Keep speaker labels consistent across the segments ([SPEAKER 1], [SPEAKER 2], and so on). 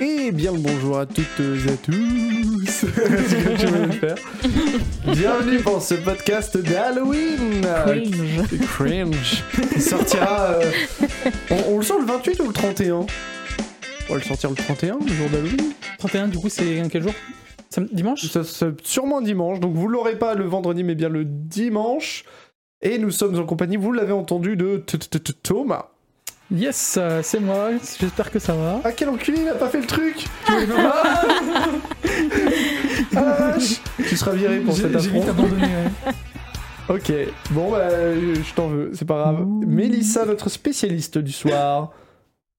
[SPEAKER 1] Eh bien le bonjour à toutes et à tous. C'est comme tu voulais le faire. Bienvenue pour ce podcast de Halloween.
[SPEAKER 2] Cringe.
[SPEAKER 1] Cringe. Il sortira. euh, on, on le sort le 28 ou le 31 On va le sortir le 31, le jour d'Halloween.
[SPEAKER 3] 31, du coup, c'est quel jour Sam- Dimanche
[SPEAKER 1] Ça- ça- Sûrement dimanche. Donc vous l'aurez pas le vendredi, mais bien le dimanche. Et nous sommes en compagnie, vous l'avez entendu, de t- t- t- Thomas.
[SPEAKER 3] Yes, euh, c'est moi, j'espère que ça va.
[SPEAKER 1] Ah quel enculé, il a pas fait le truc Ah Ah, vache Tu seras viré pour
[SPEAKER 3] J'ai
[SPEAKER 1] cet
[SPEAKER 3] j'ai vite
[SPEAKER 1] affront.
[SPEAKER 3] abandonné. ouais.
[SPEAKER 1] Ok, bon bah euh, je t'en veux, c'est pas grave.
[SPEAKER 3] Ouh.
[SPEAKER 1] Mélissa, notre spécialiste du soir.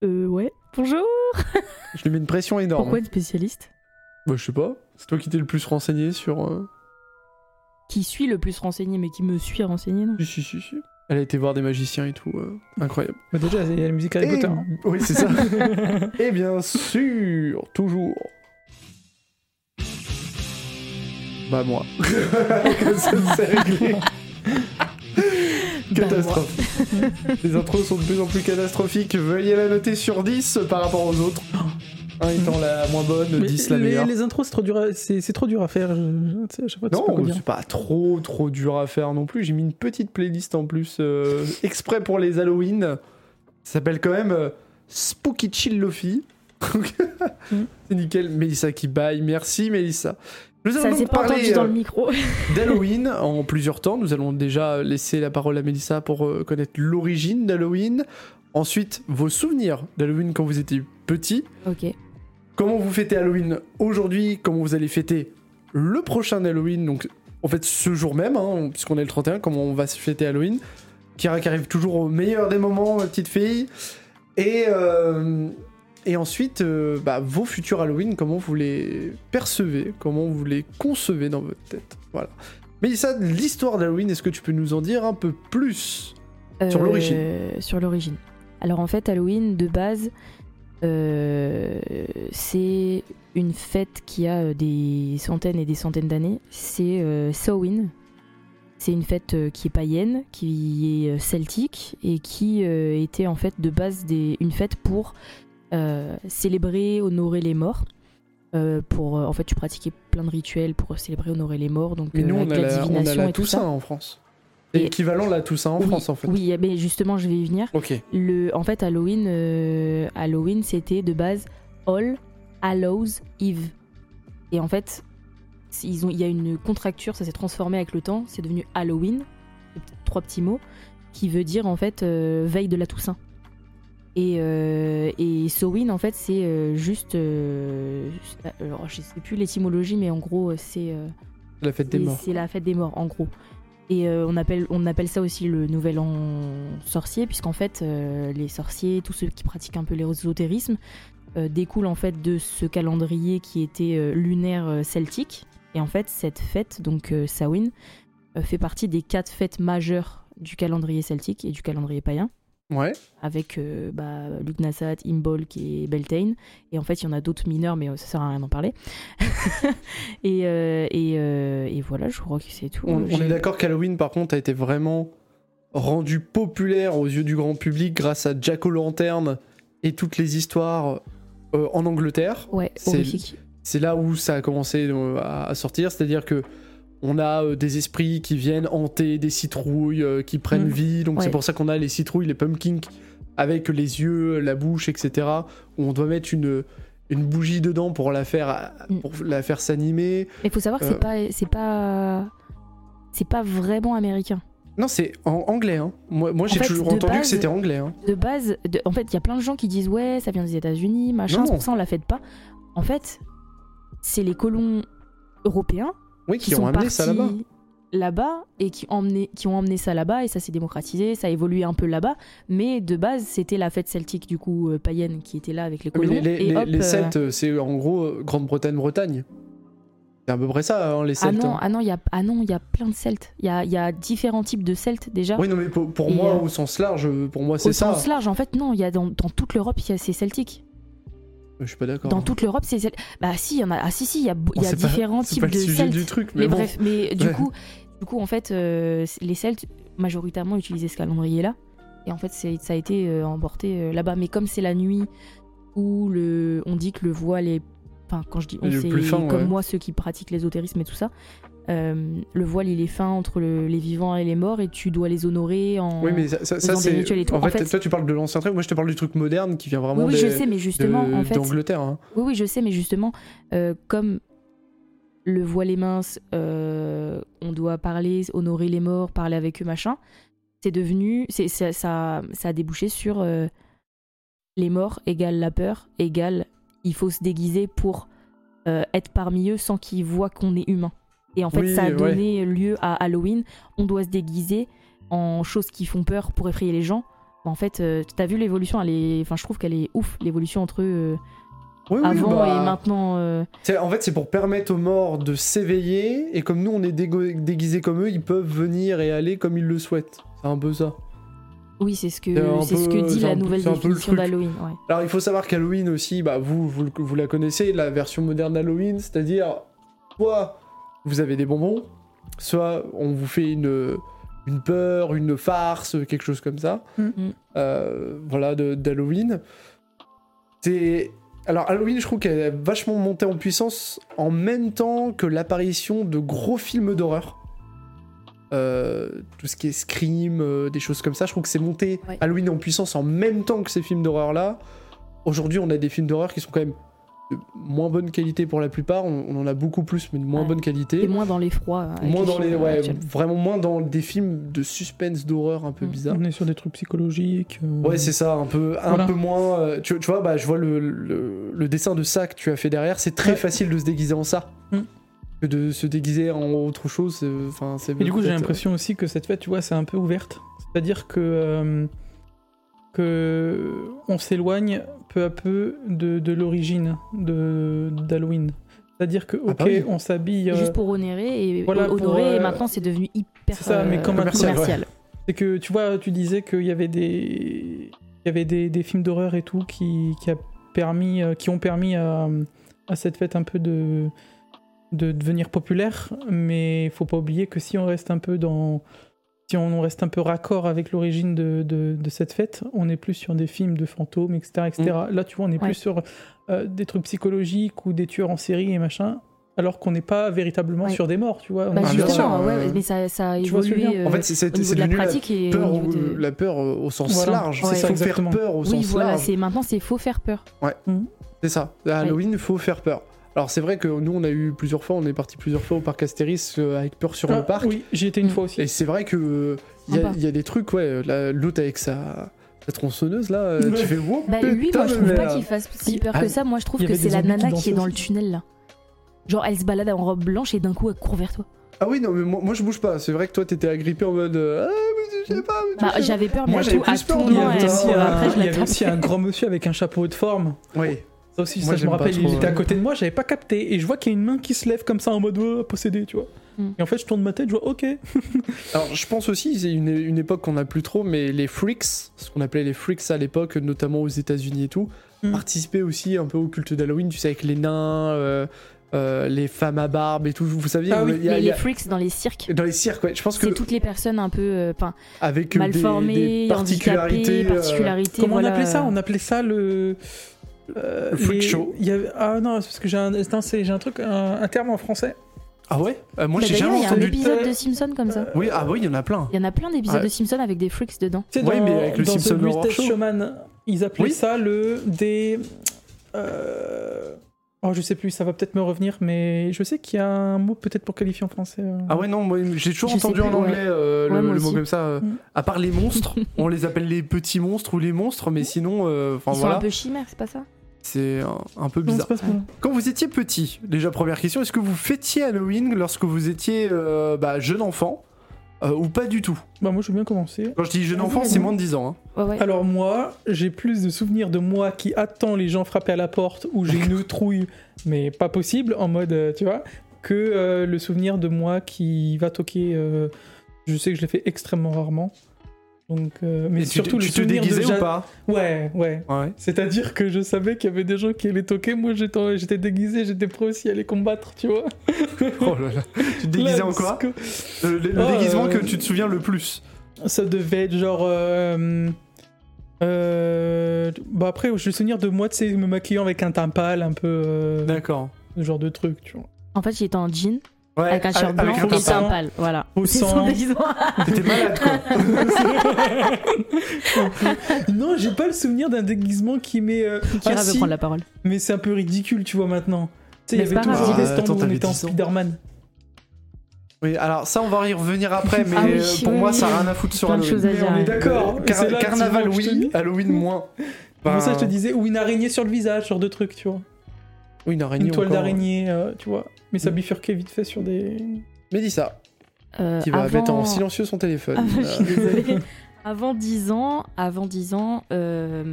[SPEAKER 2] Euh, ouais. Bonjour.
[SPEAKER 1] Je lui mets une pression énorme.
[SPEAKER 2] Pourquoi une spécialiste
[SPEAKER 1] bah je sais pas, c'est toi qui t'es le plus renseigné sur... euh,
[SPEAKER 2] Qui suis le plus renseigné, mais qui me suis renseigné, non
[SPEAKER 1] Si si si si. Elle a été voir des magiciens et tout, euh, incroyable.
[SPEAKER 3] Bah, déjà, il y a la musique Harry
[SPEAKER 1] Et-
[SPEAKER 3] Potter. hein.
[SPEAKER 1] Eh Oui c'est ça. et bien sûr, toujours. Bah moi. Comme ça, c'est
[SPEAKER 3] Bah,
[SPEAKER 1] réglé. Catastrophe. Les intros sont de plus en plus catastrophiques. Veuillez la noter sur 10 par rapport aux autres. 1 étant la moins bonne,
[SPEAKER 3] Oh. Mais
[SPEAKER 1] 10 la
[SPEAKER 3] les,
[SPEAKER 1] meilleure.
[SPEAKER 3] les intros, c'est trop, dur à- c'est- c'est trop dur à faire. je- je- tu sais, à chaque fois, tu sais pas quoi
[SPEAKER 1] Non,
[SPEAKER 3] dire.
[SPEAKER 1] c'est pas trop trop dur à faire non plus. J'ai mis une petite playlist en plus euh, exprès pour les Halloween. Ça s'appelle quand même euh, Spooky Chill Lofi.
[SPEAKER 2] Hmm.
[SPEAKER 1] c'est nickel. Mélissa qui baille. Merci Mélissa. Nous allons
[SPEAKER 2] Ça s'est
[SPEAKER 1] donc
[SPEAKER 2] pas
[SPEAKER 1] parler
[SPEAKER 2] entendu dans
[SPEAKER 1] euh,
[SPEAKER 2] le micro.
[SPEAKER 1] d'Halloween en plusieurs temps. Nous allons déjà laisser la parole à Mélissa pour euh, connaître l'origine d'Halloween. Ensuite, vos souvenirs d'Halloween quand vous étiez petit.
[SPEAKER 2] ok.
[SPEAKER 1] Comment vous fêtez Halloween aujourd'hui Comment vous allez fêter le prochain Halloween Donc, en fait, ce jour même, hein, puisqu'on est le 31, comment on va se fêter Halloween Kira qui arrive toujours au meilleur des moments, ma petite fille. Et, euh, et ensuite, euh, bah, vos futurs Halloween, comment vous les percevez Comment vous les concevez dans votre tête Voilà. Mélissa, l'histoire d'Halloween, est-ce que tu peux nous en dire un peu plus Sur l'origine.
[SPEAKER 2] Euh, Sur l'origine. Alors en fait, Halloween, de base, euh, c'est une fête qui a euh, des centaines et des centaines d'années. C'est euh, Samhain. C'est une fête euh, qui est païenne, qui est euh, celtique et qui euh, était en fait de base des- une fête pour euh, célébrer, honorer les morts. Euh, pour, euh, en fait, tu pratiquais plein de rituels pour célébrer, honorer les morts. Donc,
[SPEAKER 1] Mais
[SPEAKER 2] euh,
[SPEAKER 1] nous, on
[SPEAKER 2] avec
[SPEAKER 1] a
[SPEAKER 2] la
[SPEAKER 1] la, on a
[SPEAKER 2] divination
[SPEAKER 1] la
[SPEAKER 2] et tout
[SPEAKER 1] Toussaint
[SPEAKER 2] ça.
[SPEAKER 1] en France. C'est
[SPEAKER 2] Et-
[SPEAKER 1] équivalent la Toussaint en
[SPEAKER 2] Oui,
[SPEAKER 1] France, en fait.
[SPEAKER 2] Oui, mais justement, je vais y venir
[SPEAKER 1] Ok.
[SPEAKER 2] le, en fait, Halloween, euh, Halloween, c'était de base All Hallows Eve. Et en fait, c'est- ils ont- il y a une contracture, ça s'est transformé avec le temps, c'est devenu Halloween, trois petits mots, qui veut dire en fait euh, veille de la Toussaint. Et, euh, et Samhain, en fait, c'est euh, juste. euh, alors, je sais plus l'étymologie, mais en gros, c'est. euh,
[SPEAKER 1] La fête des
[SPEAKER 2] et
[SPEAKER 1] morts.
[SPEAKER 2] C'est la fête des morts, en gros. Et euh, on, appelle, on appelle ça aussi le nouvel an sorcier, puisqu'en fait, euh, les sorciers, tous ceux qui pratiquent un peu l'ésotérisme, euh, découlent en fait de ce calendrier qui était euh, lunaire euh, celtique. Et en fait, cette fête, donc euh, Samhain, euh, fait partie des quatre fêtes majeures du calendrier celtique et du calendrier païen
[SPEAKER 1] Ouais.
[SPEAKER 2] avec euh, bah, Lugnasat, Imbolc et Beltane. Et en fait, il y en a d'autres mineurs, mais euh, ça sert à rien d'en parler. et, euh, et, euh, et voilà, je crois que c'est tout.
[SPEAKER 1] On, on
[SPEAKER 2] J'ai-
[SPEAKER 1] est d'accord qu'Halloween, par contre, a été vraiment rendu populaire aux yeux du grand public grâce à Jack O'Lantern et toutes les histoires euh, en Angleterre.
[SPEAKER 2] Ouais,
[SPEAKER 1] C'est-
[SPEAKER 2] horrifique.
[SPEAKER 1] C'est là où ça a commencé euh, à, à sortir, c'est-à-dire que on a euh, des esprits qui viennent hanter des citrouilles, euh, qui prennent
[SPEAKER 3] Mm.
[SPEAKER 1] vie, donc
[SPEAKER 2] Ouais.
[SPEAKER 1] c'est pour ça qu'on a les citrouilles, les pumpkins, avec les yeux, la bouche, etc., où on doit mettre une, une bougie dedans pour la faire,
[SPEAKER 2] Mm.
[SPEAKER 1] pour la faire s'animer.
[SPEAKER 2] Mais faut savoir que
[SPEAKER 1] Euh.
[SPEAKER 2] c'est pas, c'est pas, c'est pas vraiment américain.
[SPEAKER 1] Non, c'est en anglais. Hein. Moi, moi j'ai
[SPEAKER 2] fait,
[SPEAKER 1] toujours
[SPEAKER 2] de
[SPEAKER 1] entendu que
[SPEAKER 2] base,
[SPEAKER 1] c'était anglais. Hein.
[SPEAKER 2] De base, de- en fait, il y a plein de gens qui disent ouais, ça vient des États-Unis,
[SPEAKER 1] Non,
[SPEAKER 2] machin. C'est
[SPEAKER 1] non.
[SPEAKER 2] pour ça on la fête pas. En fait, c'est les colons européens
[SPEAKER 1] Oui,
[SPEAKER 2] qui,
[SPEAKER 1] qui, ont
[SPEAKER 2] sont
[SPEAKER 1] amené
[SPEAKER 2] partis
[SPEAKER 1] ça là-bas.
[SPEAKER 2] là-bas et qui, ont emmené- qui ont emmené ça là-bas et ça s'est démocratisé, ça a évolué un peu là-bas, mais de base c'était la fête celtique du coup euh, païenne qui était là avec les
[SPEAKER 1] Mais
[SPEAKER 2] colons.
[SPEAKER 1] les, les-
[SPEAKER 2] et
[SPEAKER 1] les-
[SPEAKER 2] hop,
[SPEAKER 1] les
[SPEAKER 2] euh,
[SPEAKER 1] Celtes, c'est en gros euh, Grande-Bretagne, Bretagne. C'est à peu près ça, hein, les
[SPEAKER 2] Ah
[SPEAKER 1] Celtes.
[SPEAKER 2] non,
[SPEAKER 1] hein.
[SPEAKER 2] ah non, il y a ah non, il y a plein de Celtes. Il y a, il y a différents types de Celtes déjà.
[SPEAKER 1] Oui, non, mais pour, pour
[SPEAKER 2] Et,
[SPEAKER 1] moi,
[SPEAKER 2] euh,
[SPEAKER 1] au sens large, pour moi,
[SPEAKER 2] Au
[SPEAKER 1] c'est ça.
[SPEAKER 2] sens large, en fait, non, il y a dans, dans toute l'Europe, il y a ces Celtiques.
[SPEAKER 1] Je suis pas d'accord.
[SPEAKER 2] Dans toute l'Europe, c'est Celtes. Bah si, il y en a. Ah si, si, il y a, bo- il y a
[SPEAKER 1] Oh, C'est pas-
[SPEAKER 2] différents
[SPEAKER 1] C'est
[SPEAKER 2] types
[SPEAKER 1] pas le
[SPEAKER 2] de
[SPEAKER 1] sujet
[SPEAKER 2] Celtes.
[SPEAKER 1] du truc, mais,
[SPEAKER 2] Mais
[SPEAKER 1] bon.
[SPEAKER 2] bref, mais du
[SPEAKER 1] Ouais.
[SPEAKER 2] coup, du coup, en fait, euh, les Celtes majoritairement utilisaient ce calendrier-là, et en fait, c'est- ça a été euh, emporté euh, là-bas. Mais comme c'est la nuit où le, on dit que le voile est. Enfin, quand je dis on,
[SPEAKER 1] Il est
[SPEAKER 2] c'est
[SPEAKER 1] plus fin,
[SPEAKER 2] comme
[SPEAKER 1] ouais.
[SPEAKER 2] moi ceux qui pratiquent l'ésotérisme et tout ça. Euh, le voile, il est fin entre le- les vivants et les morts et tu dois les honorer en.
[SPEAKER 1] Oui, mais ça, ça- ça,
[SPEAKER 2] faisant des
[SPEAKER 1] c'est.
[SPEAKER 2] rituels et tout.
[SPEAKER 1] En,
[SPEAKER 2] En
[SPEAKER 1] fait,
[SPEAKER 2] fait-
[SPEAKER 1] toi, tu parles de l'ancien truc. Moi, je te parle du truc moderne qui vient
[SPEAKER 2] oui,
[SPEAKER 1] vraiment
[SPEAKER 2] oui,
[SPEAKER 1] des-
[SPEAKER 2] je sais, mais justement,
[SPEAKER 1] de-
[SPEAKER 2] en fait,
[SPEAKER 1] d'Angleterre. hein.
[SPEAKER 2] Oui, oui, je sais, mais justement, euh, comme le voile est mince, euh, on doit parler, honorer les morts, parler avec eux, machin, c'est devenu. c'est ça, ça, ça a débouché sur euh, les morts égale la peur, égale il faut se déguiser pour euh, être parmi eux sans qu'ils voient qu'on est humain. Et en fait,
[SPEAKER 1] Oui,
[SPEAKER 2] ça a
[SPEAKER 1] ouais.
[SPEAKER 2] donné lieu à Halloween. On doit se déguiser en choses qui font peur pour effrayer les gens. En fait, euh, t'as vu l'évolution, elle est... enfin, je trouve qu'elle est ouf, l'évolution entre euh,
[SPEAKER 1] Oui, oui,
[SPEAKER 2] avant
[SPEAKER 1] bah,
[SPEAKER 2] et maintenant. euh,
[SPEAKER 1] c'est- En fait, c'est pour permettre aux morts de s'éveiller. Et comme nous, on est dégo- déguisés comme eux, ils peuvent venir et aller comme ils le souhaitent. C'est un peu ça.
[SPEAKER 2] Oui, c'est ce que
[SPEAKER 1] C'est un
[SPEAKER 2] c'est ce que
[SPEAKER 1] peu-
[SPEAKER 2] dit
[SPEAKER 1] c'est
[SPEAKER 2] la
[SPEAKER 1] un peu-
[SPEAKER 2] nouvelle
[SPEAKER 1] c'est un peu le
[SPEAKER 2] définition
[SPEAKER 1] truc.
[SPEAKER 2] d'Halloween. ouais.
[SPEAKER 1] Alors, il faut savoir qu'Halloween aussi, bah, vous, vous, le- vous la connaissez, la version moderne d'Halloween, c'est-à-dire, soit vous avez des bonbons, soit on vous fait une, une peur, une farce, quelque chose comme ça.
[SPEAKER 2] Mm.
[SPEAKER 1] Euh, voilà, de- d'Halloween. C'est. Alors, Halloween, je trouve qu'elle a vachement monté en puissance en même temps que l'apparition de gros films d'horreur. Euh, tout ce qui est Scream, euh, des choses comme ça. Je trouve que c'est monté
[SPEAKER 2] Ouais.
[SPEAKER 1] Halloween en puissance en même temps que ces films d'horreur-là. Aujourd'hui, on a des films d'horreur qui sont quand même de moins bonne qualité pour la plupart. On, on en a beaucoup plus, mais de moins
[SPEAKER 2] Ouais.
[SPEAKER 1] bonne qualité.
[SPEAKER 2] Et moins dans euh, l'effroi. avec
[SPEAKER 1] Moins dans les.
[SPEAKER 2] films
[SPEAKER 1] Ouais,
[SPEAKER 2] actuels.
[SPEAKER 1] vraiment moins dans des films de suspense, d'horreur un peu
[SPEAKER 2] Mm.
[SPEAKER 1] bizarre.
[SPEAKER 3] On est sur des trucs psychologiques. euh,
[SPEAKER 1] Ouais, c'est ça, un peu, un
[SPEAKER 3] Voilà.
[SPEAKER 1] peu moins. euh, Tu, tu vois, bah, je vois le, le- le dessin de ça que tu as fait derrière. C'est très
[SPEAKER 3] Ouais.
[SPEAKER 1] facile de se déguiser en ça.
[SPEAKER 3] Mm.
[SPEAKER 1] Que de se déguiser en autre chose. c'est- Enfin, c'est.
[SPEAKER 3] Et du coup, j'ai
[SPEAKER 1] peut-être,
[SPEAKER 3] l'impression aussi que cette fête, tu vois, c'est un peu ouverte. C'est-à-dire que, euh, que on s'éloigne peu à peu de, de l'origine de- d'Halloween. C'est-à-dire que,
[SPEAKER 1] Ah
[SPEAKER 3] ok,
[SPEAKER 1] bah oui.
[SPEAKER 3] on s'habille.
[SPEAKER 2] Et
[SPEAKER 3] euh,
[SPEAKER 2] Juste pour honorer et
[SPEAKER 3] Voilà,
[SPEAKER 2] honorer,
[SPEAKER 3] pour, euh,
[SPEAKER 2] et maintenant c'est devenu hyper
[SPEAKER 3] c'est ça, mais
[SPEAKER 2] euh,
[SPEAKER 3] comme
[SPEAKER 1] un
[SPEAKER 2] commercial.
[SPEAKER 1] commercial,
[SPEAKER 3] C'est que, tu vois, tu disais qu'il y avait des, il y avait des, des films d'horreur et tout qui, qui, a permis, euh, qui ont permis à, à cette fête un peu de, de devenir populaire. Mais faut pas oublier que si on reste un peu dans. Si on reste un peu raccord avec l'origine de, de- de cette fête, on est plus sur des films de fantômes, etc. etc. Là, tu vois, on est
[SPEAKER 2] Mm. Ouais.
[SPEAKER 3] plus sur euh, des trucs psychologiques ou des tueurs en série et machin, alors qu'on n'est pas véritablement
[SPEAKER 2] Ouais.
[SPEAKER 3] sur des morts, tu vois. On
[SPEAKER 1] Ah,
[SPEAKER 3] est
[SPEAKER 2] Bah,
[SPEAKER 1] bien
[SPEAKER 3] sur-
[SPEAKER 2] justement,
[SPEAKER 1] sûr,
[SPEAKER 2] ouais,
[SPEAKER 1] euh,
[SPEAKER 2] mais ça, ça a
[SPEAKER 3] tu vois ce que je veux
[SPEAKER 2] évolué
[SPEAKER 3] dire
[SPEAKER 1] En
[SPEAKER 2] euh,
[SPEAKER 1] fait, c'est-
[SPEAKER 2] au
[SPEAKER 1] c'est
[SPEAKER 2] niveau
[SPEAKER 1] c'est
[SPEAKER 2] de la
[SPEAKER 1] devenu la
[SPEAKER 2] pratique et au
[SPEAKER 1] peur,
[SPEAKER 2] niveau
[SPEAKER 1] au-
[SPEAKER 2] de-
[SPEAKER 1] la peur euh, au sens
[SPEAKER 3] Voilà,
[SPEAKER 1] large.
[SPEAKER 2] c'est
[SPEAKER 1] C'est
[SPEAKER 2] ça,
[SPEAKER 1] faut faire
[SPEAKER 3] exactement.
[SPEAKER 1] peur au
[SPEAKER 2] Oui,
[SPEAKER 1] sens
[SPEAKER 2] voilà,
[SPEAKER 1] large.
[SPEAKER 2] c'est maintenant c'est faut faire peur.
[SPEAKER 1] C'est ça. À Halloween, faut faire peur. Alors, c'est vrai que nous, on a eu plusieurs fois, on est parti plusieurs fois au parc Astéris euh, avec Peur sur
[SPEAKER 3] Ah,
[SPEAKER 1] le parc.
[SPEAKER 3] Oui, j'y étais une
[SPEAKER 2] Mm.
[SPEAKER 3] fois aussi.
[SPEAKER 1] Et c'est vrai que il y, a-
[SPEAKER 2] Sympa.
[SPEAKER 1] y a des trucs, ouais, la- l'autre avec sa, sa tronçonneuse là, euh,
[SPEAKER 3] Ouais.
[SPEAKER 1] tu fais wow,
[SPEAKER 2] Bah lui,
[SPEAKER 1] putain
[SPEAKER 2] moi je
[SPEAKER 1] de
[SPEAKER 2] trouve
[SPEAKER 1] merde.
[SPEAKER 2] pas qu'il fasse si peur
[SPEAKER 1] Ah,
[SPEAKER 2] que ça. Moi je trouve
[SPEAKER 3] il y
[SPEAKER 2] que
[SPEAKER 3] avait
[SPEAKER 2] c'est
[SPEAKER 3] des
[SPEAKER 2] la
[SPEAKER 3] zombies qui
[SPEAKER 2] nana qui est
[SPEAKER 3] dansaient
[SPEAKER 2] dans le
[SPEAKER 3] aussi.
[SPEAKER 2] tunnel là. Genre elle se balade en robe blanche et d'un coup elle court vers toi.
[SPEAKER 1] Ah oui, non, mais moi, moi, je bouge pas. C'est vrai que toi t'étais agrippé en mode euh, Ah, mais je sais pas, mais tu
[SPEAKER 2] Bah
[SPEAKER 1] sais
[SPEAKER 2] j'avais peur, mais
[SPEAKER 1] Moi,
[SPEAKER 2] à
[SPEAKER 1] j'avais
[SPEAKER 2] tout, à
[SPEAKER 1] plus
[SPEAKER 2] tout
[SPEAKER 1] peur de
[SPEAKER 3] Il y
[SPEAKER 2] moment,
[SPEAKER 1] la
[SPEAKER 3] avait
[SPEAKER 2] elle-
[SPEAKER 1] vidéo.
[SPEAKER 3] aussi
[SPEAKER 1] euh,
[SPEAKER 3] un-
[SPEAKER 2] après je
[SPEAKER 3] il y
[SPEAKER 2] la
[SPEAKER 3] avait aussi un grand monsieur avec un chapeau haut de forme.
[SPEAKER 1] pas. Ouais.
[SPEAKER 3] Ça aussi,
[SPEAKER 1] Moi,
[SPEAKER 3] ça, je
[SPEAKER 1] j'aime
[SPEAKER 3] me
[SPEAKER 1] pas
[SPEAKER 3] rappelle,
[SPEAKER 1] trop, euh.
[SPEAKER 3] il était à
[SPEAKER 1] ouais.
[SPEAKER 3] côté de moi, j'avais pas capté. Et je vois qu'il y a une main qui se lève comme ça en mode oh, possédé, tu vois.
[SPEAKER 2] Mm.
[SPEAKER 3] Et en fait, je tourne ma tête, je vois ok.
[SPEAKER 1] Alors je pense aussi, c'est une, une époque qu'on a plus trop, mais les freaks, ce qu'on appelait les freaks à l'époque, notamment aux États-Unis et tout,
[SPEAKER 3] Mm.
[SPEAKER 1] participaient aussi un peu au culte d'Halloween, tu sais, avec les nains, euh, euh, les femmes à barbe et tout. Vous saviez,
[SPEAKER 3] Ah oui,
[SPEAKER 1] il y a-
[SPEAKER 2] Mais
[SPEAKER 1] il y
[SPEAKER 2] les
[SPEAKER 1] a-
[SPEAKER 2] freaks dans les cirques,
[SPEAKER 1] dans les cirques, ouais, je pense que
[SPEAKER 2] c'est toutes les personnes un peu euh, enfin,
[SPEAKER 1] avec euh,
[SPEAKER 2] mal
[SPEAKER 1] des,
[SPEAKER 2] formées,
[SPEAKER 1] des
[SPEAKER 2] handicapées,
[SPEAKER 1] particularités. euh,
[SPEAKER 2] particularités.
[SPEAKER 3] Comment
[SPEAKER 2] voilà.
[SPEAKER 3] on appelait ça On appelait ça le. euh,
[SPEAKER 1] Le freak
[SPEAKER 3] les-
[SPEAKER 1] show.
[SPEAKER 3] il y avait- Ah non, c'est parce que j'ai un, non, c'est- j'ai un truc, un, un terme en français.
[SPEAKER 1] Ah ouais Euh, Moi
[SPEAKER 2] Bah,
[SPEAKER 1] j'ai
[SPEAKER 2] d'ailleurs,
[SPEAKER 1] jamais
[SPEAKER 2] il y a un
[SPEAKER 1] entendu.
[SPEAKER 2] épisode de Simpson comme ça.
[SPEAKER 1] Oui, ah oui, il y en a plein.
[SPEAKER 2] Il y en a plein d'épisodes
[SPEAKER 1] Ouais.
[SPEAKER 2] de Simpson avec des freaks dedans.
[SPEAKER 3] Tu sais,
[SPEAKER 1] Ouais,
[SPEAKER 3] dans,
[SPEAKER 1] mais avec le
[SPEAKER 3] dans
[SPEAKER 1] Simpson
[SPEAKER 3] The
[SPEAKER 1] Horror
[SPEAKER 3] Greatest
[SPEAKER 1] Show.
[SPEAKER 3] Showman, ils appelaient
[SPEAKER 1] Oui.
[SPEAKER 3] ça le. Des. euh, Oh, je sais plus, ça va peut-être me revenir, mais je sais qu'il y a un mot peut-être pour qualifier en français. euh.
[SPEAKER 1] Ah ouais, non, moi, j'ai toujours
[SPEAKER 2] Je sais
[SPEAKER 1] entendu
[SPEAKER 2] plus,
[SPEAKER 1] en anglais
[SPEAKER 2] ouais.
[SPEAKER 1] euh,
[SPEAKER 2] Ouais,
[SPEAKER 1] le,
[SPEAKER 2] moi
[SPEAKER 1] le mot
[SPEAKER 2] aussi.
[SPEAKER 1] comme ça. euh,
[SPEAKER 3] Mm.
[SPEAKER 1] À part les monstres, on les appelle les petits monstres ou les monstres, mais sinon, euh, enfin
[SPEAKER 2] Mm. Ils sont
[SPEAKER 1] voilà,
[SPEAKER 2] un peu chimères, c'est pas ça
[SPEAKER 1] c'est un, un peu
[SPEAKER 3] Non,
[SPEAKER 1] Ah, bizarre.
[SPEAKER 3] c'est pas ce mot-là.
[SPEAKER 1] Quand vous étiez petit, déjà première question, est-ce que vous fêtiez Halloween lorsque vous étiez euh, bah, jeune enfant euh, ou pas du tout
[SPEAKER 3] Bah, moi, je veux bien commencer.
[SPEAKER 1] Quand je dis jeune
[SPEAKER 2] Vas-y,
[SPEAKER 1] enfant,
[SPEAKER 2] vas-y.
[SPEAKER 1] c'est moins de 10 ans. hein.
[SPEAKER 2] Ouais, ouais.
[SPEAKER 3] Alors moi, j'ai plus de souvenirs de moi qui attend les gens frapper à la porte où j'ai une trouille, mais pas possible, en mode, euh, tu vois, que euh, le souvenir de moi qui va toquer. euh, je sais que je l'ai fait extrêmement rarement. Donc, euh, mais
[SPEAKER 1] Et tu-
[SPEAKER 3] surtout
[SPEAKER 1] tu,
[SPEAKER 3] le
[SPEAKER 1] te
[SPEAKER 3] souvenir
[SPEAKER 1] déguisais
[SPEAKER 3] de Jeanne-
[SPEAKER 1] ou pas
[SPEAKER 3] Ouais, ouais.
[SPEAKER 1] Ouais.
[SPEAKER 3] C'est-à-dire que je savais qu'il y avait des gens qui allaient toquer. Moi, j'étais j'étais déguisé, j'étais prêt aussi à les combattre, tu vois.
[SPEAKER 1] Oh là là. Tu te déguisais en
[SPEAKER 3] Let's
[SPEAKER 1] quoi Euh,
[SPEAKER 3] go.
[SPEAKER 1] Le, le- le
[SPEAKER 3] Oh,
[SPEAKER 1] déguisement
[SPEAKER 3] euh,
[SPEAKER 1] que tu te souviens le plus
[SPEAKER 3] Ça devait être genre. euh, Euh, bah après, je me souviens de moi, tu sais, me maquillant avec un teint pâle, un peu. euh,
[SPEAKER 1] D'accord.
[SPEAKER 3] ce genre de truc, tu vois.
[SPEAKER 2] en fait, il était en jean
[SPEAKER 1] Ouais,
[SPEAKER 2] avec un shirt blanc
[SPEAKER 1] avec un
[SPEAKER 2] et
[SPEAKER 1] teint
[SPEAKER 2] un
[SPEAKER 3] teint
[SPEAKER 2] pâle. Voilà.
[SPEAKER 3] Au
[SPEAKER 2] C'est son
[SPEAKER 3] sang.
[SPEAKER 2] déguisement.
[SPEAKER 1] pâle. T'étais malade, quoi.
[SPEAKER 3] non, j'ai pas le souvenir d'un déguisement qui met. euh,
[SPEAKER 2] Kira
[SPEAKER 3] ah,
[SPEAKER 2] veut
[SPEAKER 3] si,
[SPEAKER 2] prendre la parole.
[SPEAKER 3] mais c'est un peu ridicule, tu vois, maintenant. Tu sais, il y
[SPEAKER 2] Mais c'est
[SPEAKER 3] avait
[SPEAKER 2] pas
[SPEAKER 3] toujours
[SPEAKER 2] grave.
[SPEAKER 3] des
[SPEAKER 1] Ah,
[SPEAKER 3] stands
[SPEAKER 1] attends,
[SPEAKER 3] où on
[SPEAKER 1] t'avais
[SPEAKER 3] était en
[SPEAKER 1] 10 ans.
[SPEAKER 3] Spider-Man.
[SPEAKER 1] Oui, alors ça, on va y revenir après, mais
[SPEAKER 2] Ah oui,
[SPEAKER 1] euh, pour
[SPEAKER 2] oui,
[SPEAKER 1] moi,
[SPEAKER 2] oui,
[SPEAKER 1] ça
[SPEAKER 2] oui.
[SPEAKER 1] n'a rien à foutre sur
[SPEAKER 2] Plein de
[SPEAKER 1] Halloween.
[SPEAKER 2] choses à
[SPEAKER 3] Mais
[SPEAKER 2] dire.
[SPEAKER 3] on est
[SPEAKER 2] hein.
[SPEAKER 3] d'accord.
[SPEAKER 1] Car-
[SPEAKER 3] c'est là,
[SPEAKER 1] carnaval,
[SPEAKER 3] tu vois, je te
[SPEAKER 1] oui.
[SPEAKER 3] dis.
[SPEAKER 1] Halloween, moins.
[SPEAKER 3] Pour
[SPEAKER 1] Ben,
[SPEAKER 3] ça, je te disais, ou une araignée sur le visage, ce genre de truc, tu vois.
[SPEAKER 1] oui, une araignée.
[SPEAKER 3] Une toile
[SPEAKER 1] encore.
[SPEAKER 3] d'araignée, euh, tu vois. Mais ça
[SPEAKER 1] Mm.
[SPEAKER 3] bifurquait vite fait sur des.
[SPEAKER 1] Mais dis ça.
[SPEAKER 2] Euh,
[SPEAKER 1] Qui va
[SPEAKER 2] avant-
[SPEAKER 1] mettre en silencieux son téléphone.
[SPEAKER 2] Ah, je suis
[SPEAKER 1] Euh,
[SPEAKER 2] désolée. avant 10 ans, avant 10 ans euh,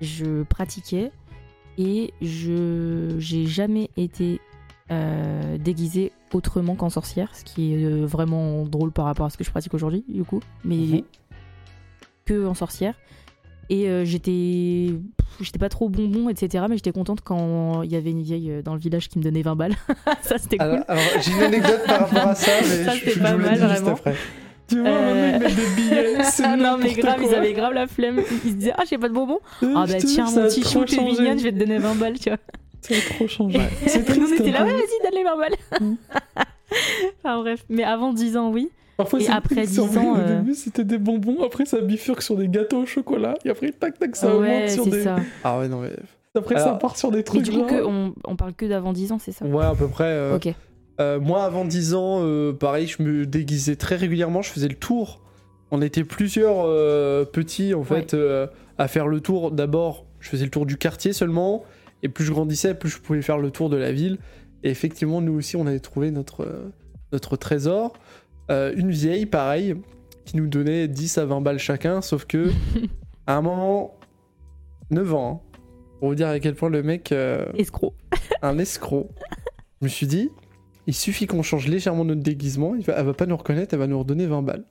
[SPEAKER 2] je pratiquais et je j'ai jamais été euh, déguisée autrement qu'en sorcière, ce qui est euh, vraiment drôle par rapport à ce que je pratique aujourd'hui, du coup, mais
[SPEAKER 1] Mhm.
[SPEAKER 2] que en sorcière. Et euh, j'étais pff, j'étais pas trop bonbon, etc. Mais j'étais contente quand il y avait une vieille euh, dans le village qui me donnait 20 balles. ça, c'était cool.
[SPEAKER 1] alors, alors, j'ai une anecdote par rapport à ça, mais
[SPEAKER 2] Ça,
[SPEAKER 1] je,
[SPEAKER 2] c'est
[SPEAKER 1] je
[SPEAKER 2] pas
[SPEAKER 1] vous la
[SPEAKER 2] mal,
[SPEAKER 1] dis juste
[SPEAKER 2] vraiment.
[SPEAKER 1] après.
[SPEAKER 3] Tu vois,
[SPEAKER 2] Euh,
[SPEAKER 3] maintenant, ils mettent des billets. C'est
[SPEAKER 2] non mais
[SPEAKER 3] n'importe
[SPEAKER 2] grave, ils
[SPEAKER 3] quoi.
[SPEAKER 2] avaient grave la flemme. Ils se disaient ah j'ai pas de bonbons.
[SPEAKER 3] Euh,
[SPEAKER 2] Ah
[SPEAKER 3] je
[SPEAKER 2] bah
[SPEAKER 3] te jure,
[SPEAKER 2] tiens
[SPEAKER 3] ça
[SPEAKER 2] mon
[SPEAKER 3] a
[SPEAKER 2] petit chou,
[SPEAKER 3] trop
[SPEAKER 2] t'es
[SPEAKER 3] changé.
[SPEAKER 2] mignonne, je vais te donner 20 balles, tu vois.
[SPEAKER 3] Ça a trop changé. C'est
[SPEAKER 2] Et nous on
[SPEAKER 3] triste, hein.
[SPEAKER 2] était
[SPEAKER 3] un
[SPEAKER 2] là
[SPEAKER 3] peu.
[SPEAKER 2] ouais vas-y donne les 20 balles.
[SPEAKER 3] Mm.
[SPEAKER 2] enfin bref, mais avant 10 ans oui.
[SPEAKER 3] Parfois,
[SPEAKER 2] Et
[SPEAKER 3] c'est-
[SPEAKER 2] après
[SPEAKER 3] c'est-
[SPEAKER 2] 10 ans,
[SPEAKER 3] Au
[SPEAKER 2] euh,
[SPEAKER 3] début, c'était des bonbons, après, ça bifurque sur des gâteaux au chocolat, et après, tac, tac, ça
[SPEAKER 2] ouais
[SPEAKER 3] augmente sur
[SPEAKER 2] c'est
[SPEAKER 3] des.
[SPEAKER 2] ça.
[SPEAKER 1] Ah ouais, non, mais.
[SPEAKER 3] Après, ça
[SPEAKER 1] Alors-
[SPEAKER 3] part sur des trucs.
[SPEAKER 2] Mais du coup
[SPEAKER 3] genre-
[SPEAKER 2] que, on, on parle que d'avant 10 ans c'est ça.
[SPEAKER 1] Ouais, à peu près. euh,
[SPEAKER 2] Ok.
[SPEAKER 1] Euh, moi, avant 10 ans, euh, pareil, je me déguisais très régulièrement, je faisais le tour. On était plusieurs euh, petits, en fait, euh, à faire le tour. D'abord, je faisais le tour du quartier seulement, et plus je grandissais, plus je pouvais faire le tour de la ville. Et effectivement, nous aussi, on avait trouvé notre, euh, notre trésor. Euh, une vieille, pareil, qui nous donnait 10 à 20 balles chacun, sauf que, à un moment, 9 ans, hein, pour vous dire à quel point le mec... euh,
[SPEAKER 2] Escroc.
[SPEAKER 1] un escroc. Je me suis dit, il suffit qu'on change légèrement notre déguisement, il va- elle va pas nous reconnaître, elle va nous redonner 20 balles.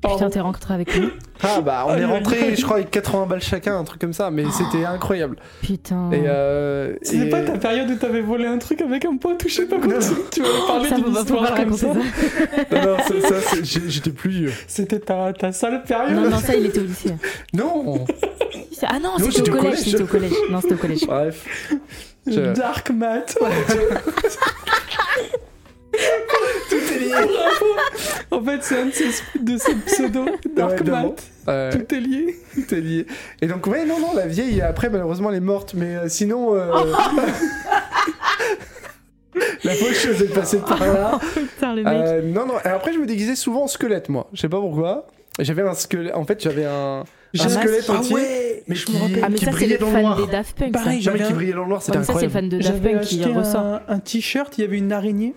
[SPEAKER 2] Putain t'es rentré avec nous.
[SPEAKER 1] Ah bah on
[SPEAKER 3] Aïe,
[SPEAKER 1] est
[SPEAKER 3] aïe,
[SPEAKER 1] rentré,
[SPEAKER 3] aïe.
[SPEAKER 1] je crois, avec 80 balles chacun, un truc comme ça, mais c'était incroyable.
[SPEAKER 2] Putain.
[SPEAKER 1] Et, euh,
[SPEAKER 3] C'était
[SPEAKER 1] et-
[SPEAKER 3] Oh. pas ta période où t'avais volé un truc avec un pote ou je sais pas quoi tu- Tu voulais parler
[SPEAKER 2] ça faut
[SPEAKER 3] d'une
[SPEAKER 2] pas, faut pas
[SPEAKER 3] histoire comme
[SPEAKER 2] raconter
[SPEAKER 3] ça.
[SPEAKER 2] ça.
[SPEAKER 1] Non, non, ça- ça, c'est- j'ai- j'étais plus vieux.
[SPEAKER 3] C'était ta, ta sale période.
[SPEAKER 2] Non non ça il était au lycée.
[SPEAKER 1] Non
[SPEAKER 2] Ah non
[SPEAKER 1] Non,
[SPEAKER 2] c'était au collège, c'était au collège. Non c'était au collège.
[SPEAKER 1] Bref.
[SPEAKER 3] Le
[SPEAKER 1] Je-
[SPEAKER 3] Dark Mat. en fait, c'est un de ces, de ces pseudos. Dark
[SPEAKER 1] Ouais, d'avant.
[SPEAKER 3] Mat.
[SPEAKER 1] Euh,
[SPEAKER 3] Tout est lié.
[SPEAKER 1] tout est lié. Et donc, ouais, non, non, la vieille, après, malheureusement, elle est morte, mais euh, sinon. euh, la fausse chose est passée par là.
[SPEAKER 2] Putain le mec.
[SPEAKER 1] Euh, non, non, et après je me déguisais souvent en squelette, moi. Je sais pas pourquoi. J'avais un squelette. En fait, j'avais un.
[SPEAKER 3] J'ai
[SPEAKER 1] Un squelette
[SPEAKER 3] ah
[SPEAKER 1] entier,
[SPEAKER 3] ouais,
[SPEAKER 1] mais
[SPEAKER 3] je
[SPEAKER 1] qui-
[SPEAKER 3] me rappelle.
[SPEAKER 2] Ah mais
[SPEAKER 1] qui
[SPEAKER 2] ça c'est
[SPEAKER 1] brillait
[SPEAKER 2] les
[SPEAKER 1] dans le
[SPEAKER 2] fans
[SPEAKER 1] noir.
[SPEAKER 2] des Daft Punk ça.
[SPEAKER 3] Pareil,
[SPEAKER 1] Jamais
[SPEAKER 3] j'avais
[SPEAKER 1] qui
[SPEAKER 3] un-
[SPEAKER 1] brillait dans le noir,
[SPEAKER 2] Ah Ouais,
[SPEAKER 1] c'était
[SPEAKER 2] mais ça c'est le
[SPEAKER 1] incroyable.
[SPEAKER 2] fan de Daft
[SPEAKER 3] J'avais
[SPEAKER 2] Punk qui
[SPEAKER 3] acheté
[SPEAKER 2] ressort.
[SPEAKER 3] un, un t-shirt, il y avait une araignée,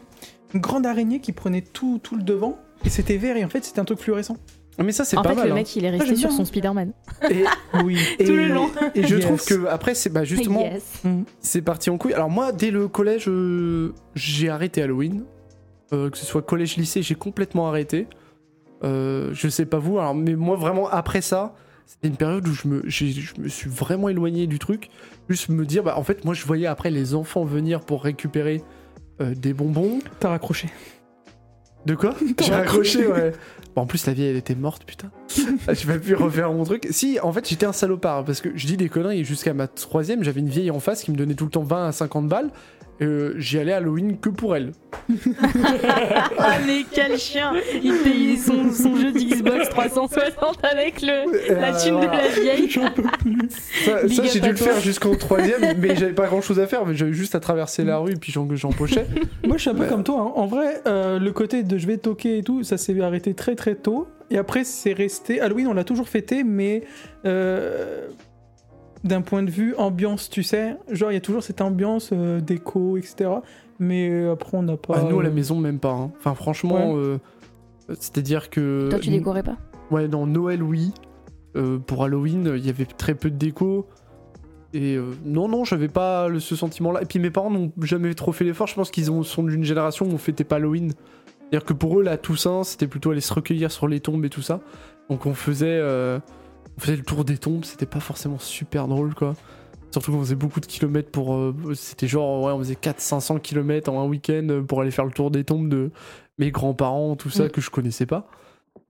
[SPEAKER 3] une grande araignée qui prenait tout, tout le devant, et c'était vert, et en fait c'était un truc fluorescent.
[SPEAKER 1] Mais ça, c'est
[SPEAKER 2] En
[SPEAKER 1] pas
[SPEAKER 2] fait,
[SPEAKER 1] mal.
[SPEAKER 2] le
[SPEAKER 1] hein.
[SPEAKER 2] mec, il est resté
[SPEAKER 3] Ah, j'aime
[SPEAKER 2] sur
[SPEAKER 3] bien.
[SPEAKER 2] son Spider-Man.
[SPEAKER 1] Et,
[SPEAKER 3] Oui.
[SPEAKER 1] et-
[SPEAKER 2] Tout le long.
[SPEAKER 1] Et hein. je
[SPEAKER 3] Yes.
[SPEAKER 1] trouve que après, c'est bah, justement,
[SPEAKER 2] Yes.
[SPEAKER 1] c'est parti en couille. Alors moi, dès le collège, euh, j'ai arrêté Halloween. Euh, que ce soit collège, lycée, j'ai complètement arrêté. Euh, je sais pas vous, alors, mais moi vraiment après ça, c'était une période où je me, j'ai- je me suis vraiment éloigné du truc. Juste me dire, bah, en fait, moi je voyais après les enfants venir pour récupérer euh, des bonbons.
[SPEAKER 3] T'as raccroché.
[SPEAKER 1] De quoi J'ai accroché, ouais. Bon, en plus, la vieille, elle était morte, putain. Ah, J'ai pas pu refaire mon truc. Si, en fait, j'étais un salopard, hein, parce que je dis des conneries, et jusqu'à ma troisième, j'avais une vieille en face qui me donnait tout le temps 20 à 50 balles. Euh, J'y allais à Halloween que pour elle.
[SPEAKER 2] Ah, mais quel chien Il payait son, son jeu d'Xbox 360 avec le, la
[SPEAKER 1] Euh,
[SPEAKER 2] thune de
[SPEAKER 1] voilà.
[SPEAKER 2] la vieille.
[SPEAKER 1] Ça,
[SPEAKER 2] Big
[SPEAKER 1] ça,
[SPEAKER 2] up
[SPEAKER 1] j'ai
[SPEAKER 2] à
[SPEAKER 1] dû le
[SPEAKER 2] toi.
[SPEAKER 1] faire jusqu'en troisième, mais j'avais pas grand chose à faire, mais j'avais juste à traverser la rue, puis j'en- j'empochais.
[SPEAKER 3] Moi je suis un peu comme toi, hein. en vrai, euh, le côté de je vais toquer et tout, ça s'est arrêté très très tôt, et après c'est resté. Halloween on l'a toujours fêté, mais euh, d'un point de vue ambiance, tu sais, genre il y a toujours cette ambiance euh, déco, etc. Mais euh, après on n'a pas.
[SPEAKER 1] Bah, nous, à la maison, même pas. hein. Enfin, franchement, euh, c'est-à-dire que.
[SPEAKER 2] Toi, tu décorais pas
[SPEAKER 1] Ouais, dans Noël, oui. Euh, pour Halloween, euh, il y avait très peu de déco. Et euh, non, non, j'avais pas le- ce sentiment-là. Et puis mes parents n'ont jamais trop fait l'effort. Je pense qu'ils ont- sont d'une génération où on fêtait pas Halloween. C'est-à-dire que pour eux, la Toussaint, c'était plutôt aller se recueillir sur les tombes et tout ça. Donc on faisait, euh, on faisait le tour des tombes. C'était pas forcément super drôle, quoi. Surtout qu'on faisait beaucoup de kilomètres pour. euh, c'était genre, ouais, on faisait 400-500 kilomètres en un week-end pour aller faire le tour des tombes de mes grands-parents, tout ça,
[SPEAKER 2] Mm.
[SPEAKER 1] que je connaissais pas.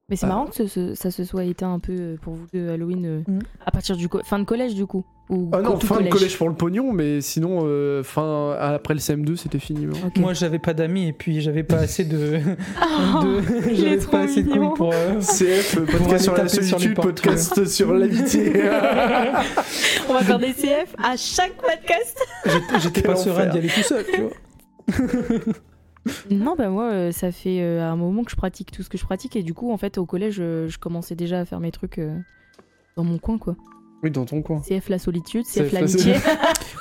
[SPEAKER 2] Mais c'est
[SPEAKER 1] Euh.
[SPEAKER 2] marrant que ce- ce- ça se soit éteint un peu euh, pour vous de Halloween euh,
[SPEAKER 3] Mm.
[SPEAKER 2] à partir du co- fin de collège du coup ou
[SPEAKER 1] Ah non,
[SPEAKER 2] tout
[SPEAKER 1] fin de collège pour le pognon, mais sinon, euh, fin, après le CM2, c'était fini. hein.
[SPEAKER 2] Ok.
[SPEAKER 3] Moi, j'avais pas d'amis et puis j'avais pas assez de. de-
[SPEAKER 2] il est
[SPEAKER 3] j'avais
[SPEAKER 2] trop
[SPEAKER 3] pas assez de
[SPEAKER 2] mignon.
[SPEAKER 3] couilles pour. euh,
[SPEAKER 1] CF, euh,
[SPEAKER 3] Pour aller
[SPEAKER 1] podcast sur la
[SPEAKER 3] taper sur les
[SPEAKER 1] solitude,
[SPEAKER 3] portes,
[SPEAKER 1] podcast sur l'amitié.
[SPEAKER 2] On va faire des CF à chaque podcast.
[SPEAKER 3] j'étais- J'étais pas
[SPEAKER 1] Quel
[SPEAKER 3] serein
[SPEAKER 1] enfer.
[SPEAKER 3] d'y aller tout seul, tu vois.
[SPEAKER 2] Non, bah moi, euh, ça fait euh, un moment que je pratique tout ce que je pratique et du coup, en fait, au collège, euh, je commençais déjà à faire mes trucs euh, dans mon coin, quoi.
[SPEAKER 1] oui, dans ton coin.
[SPEAKER 2] CF la solitude,
[SPEAKER 1] CF
[SPEAKER 2] CF l'amitié.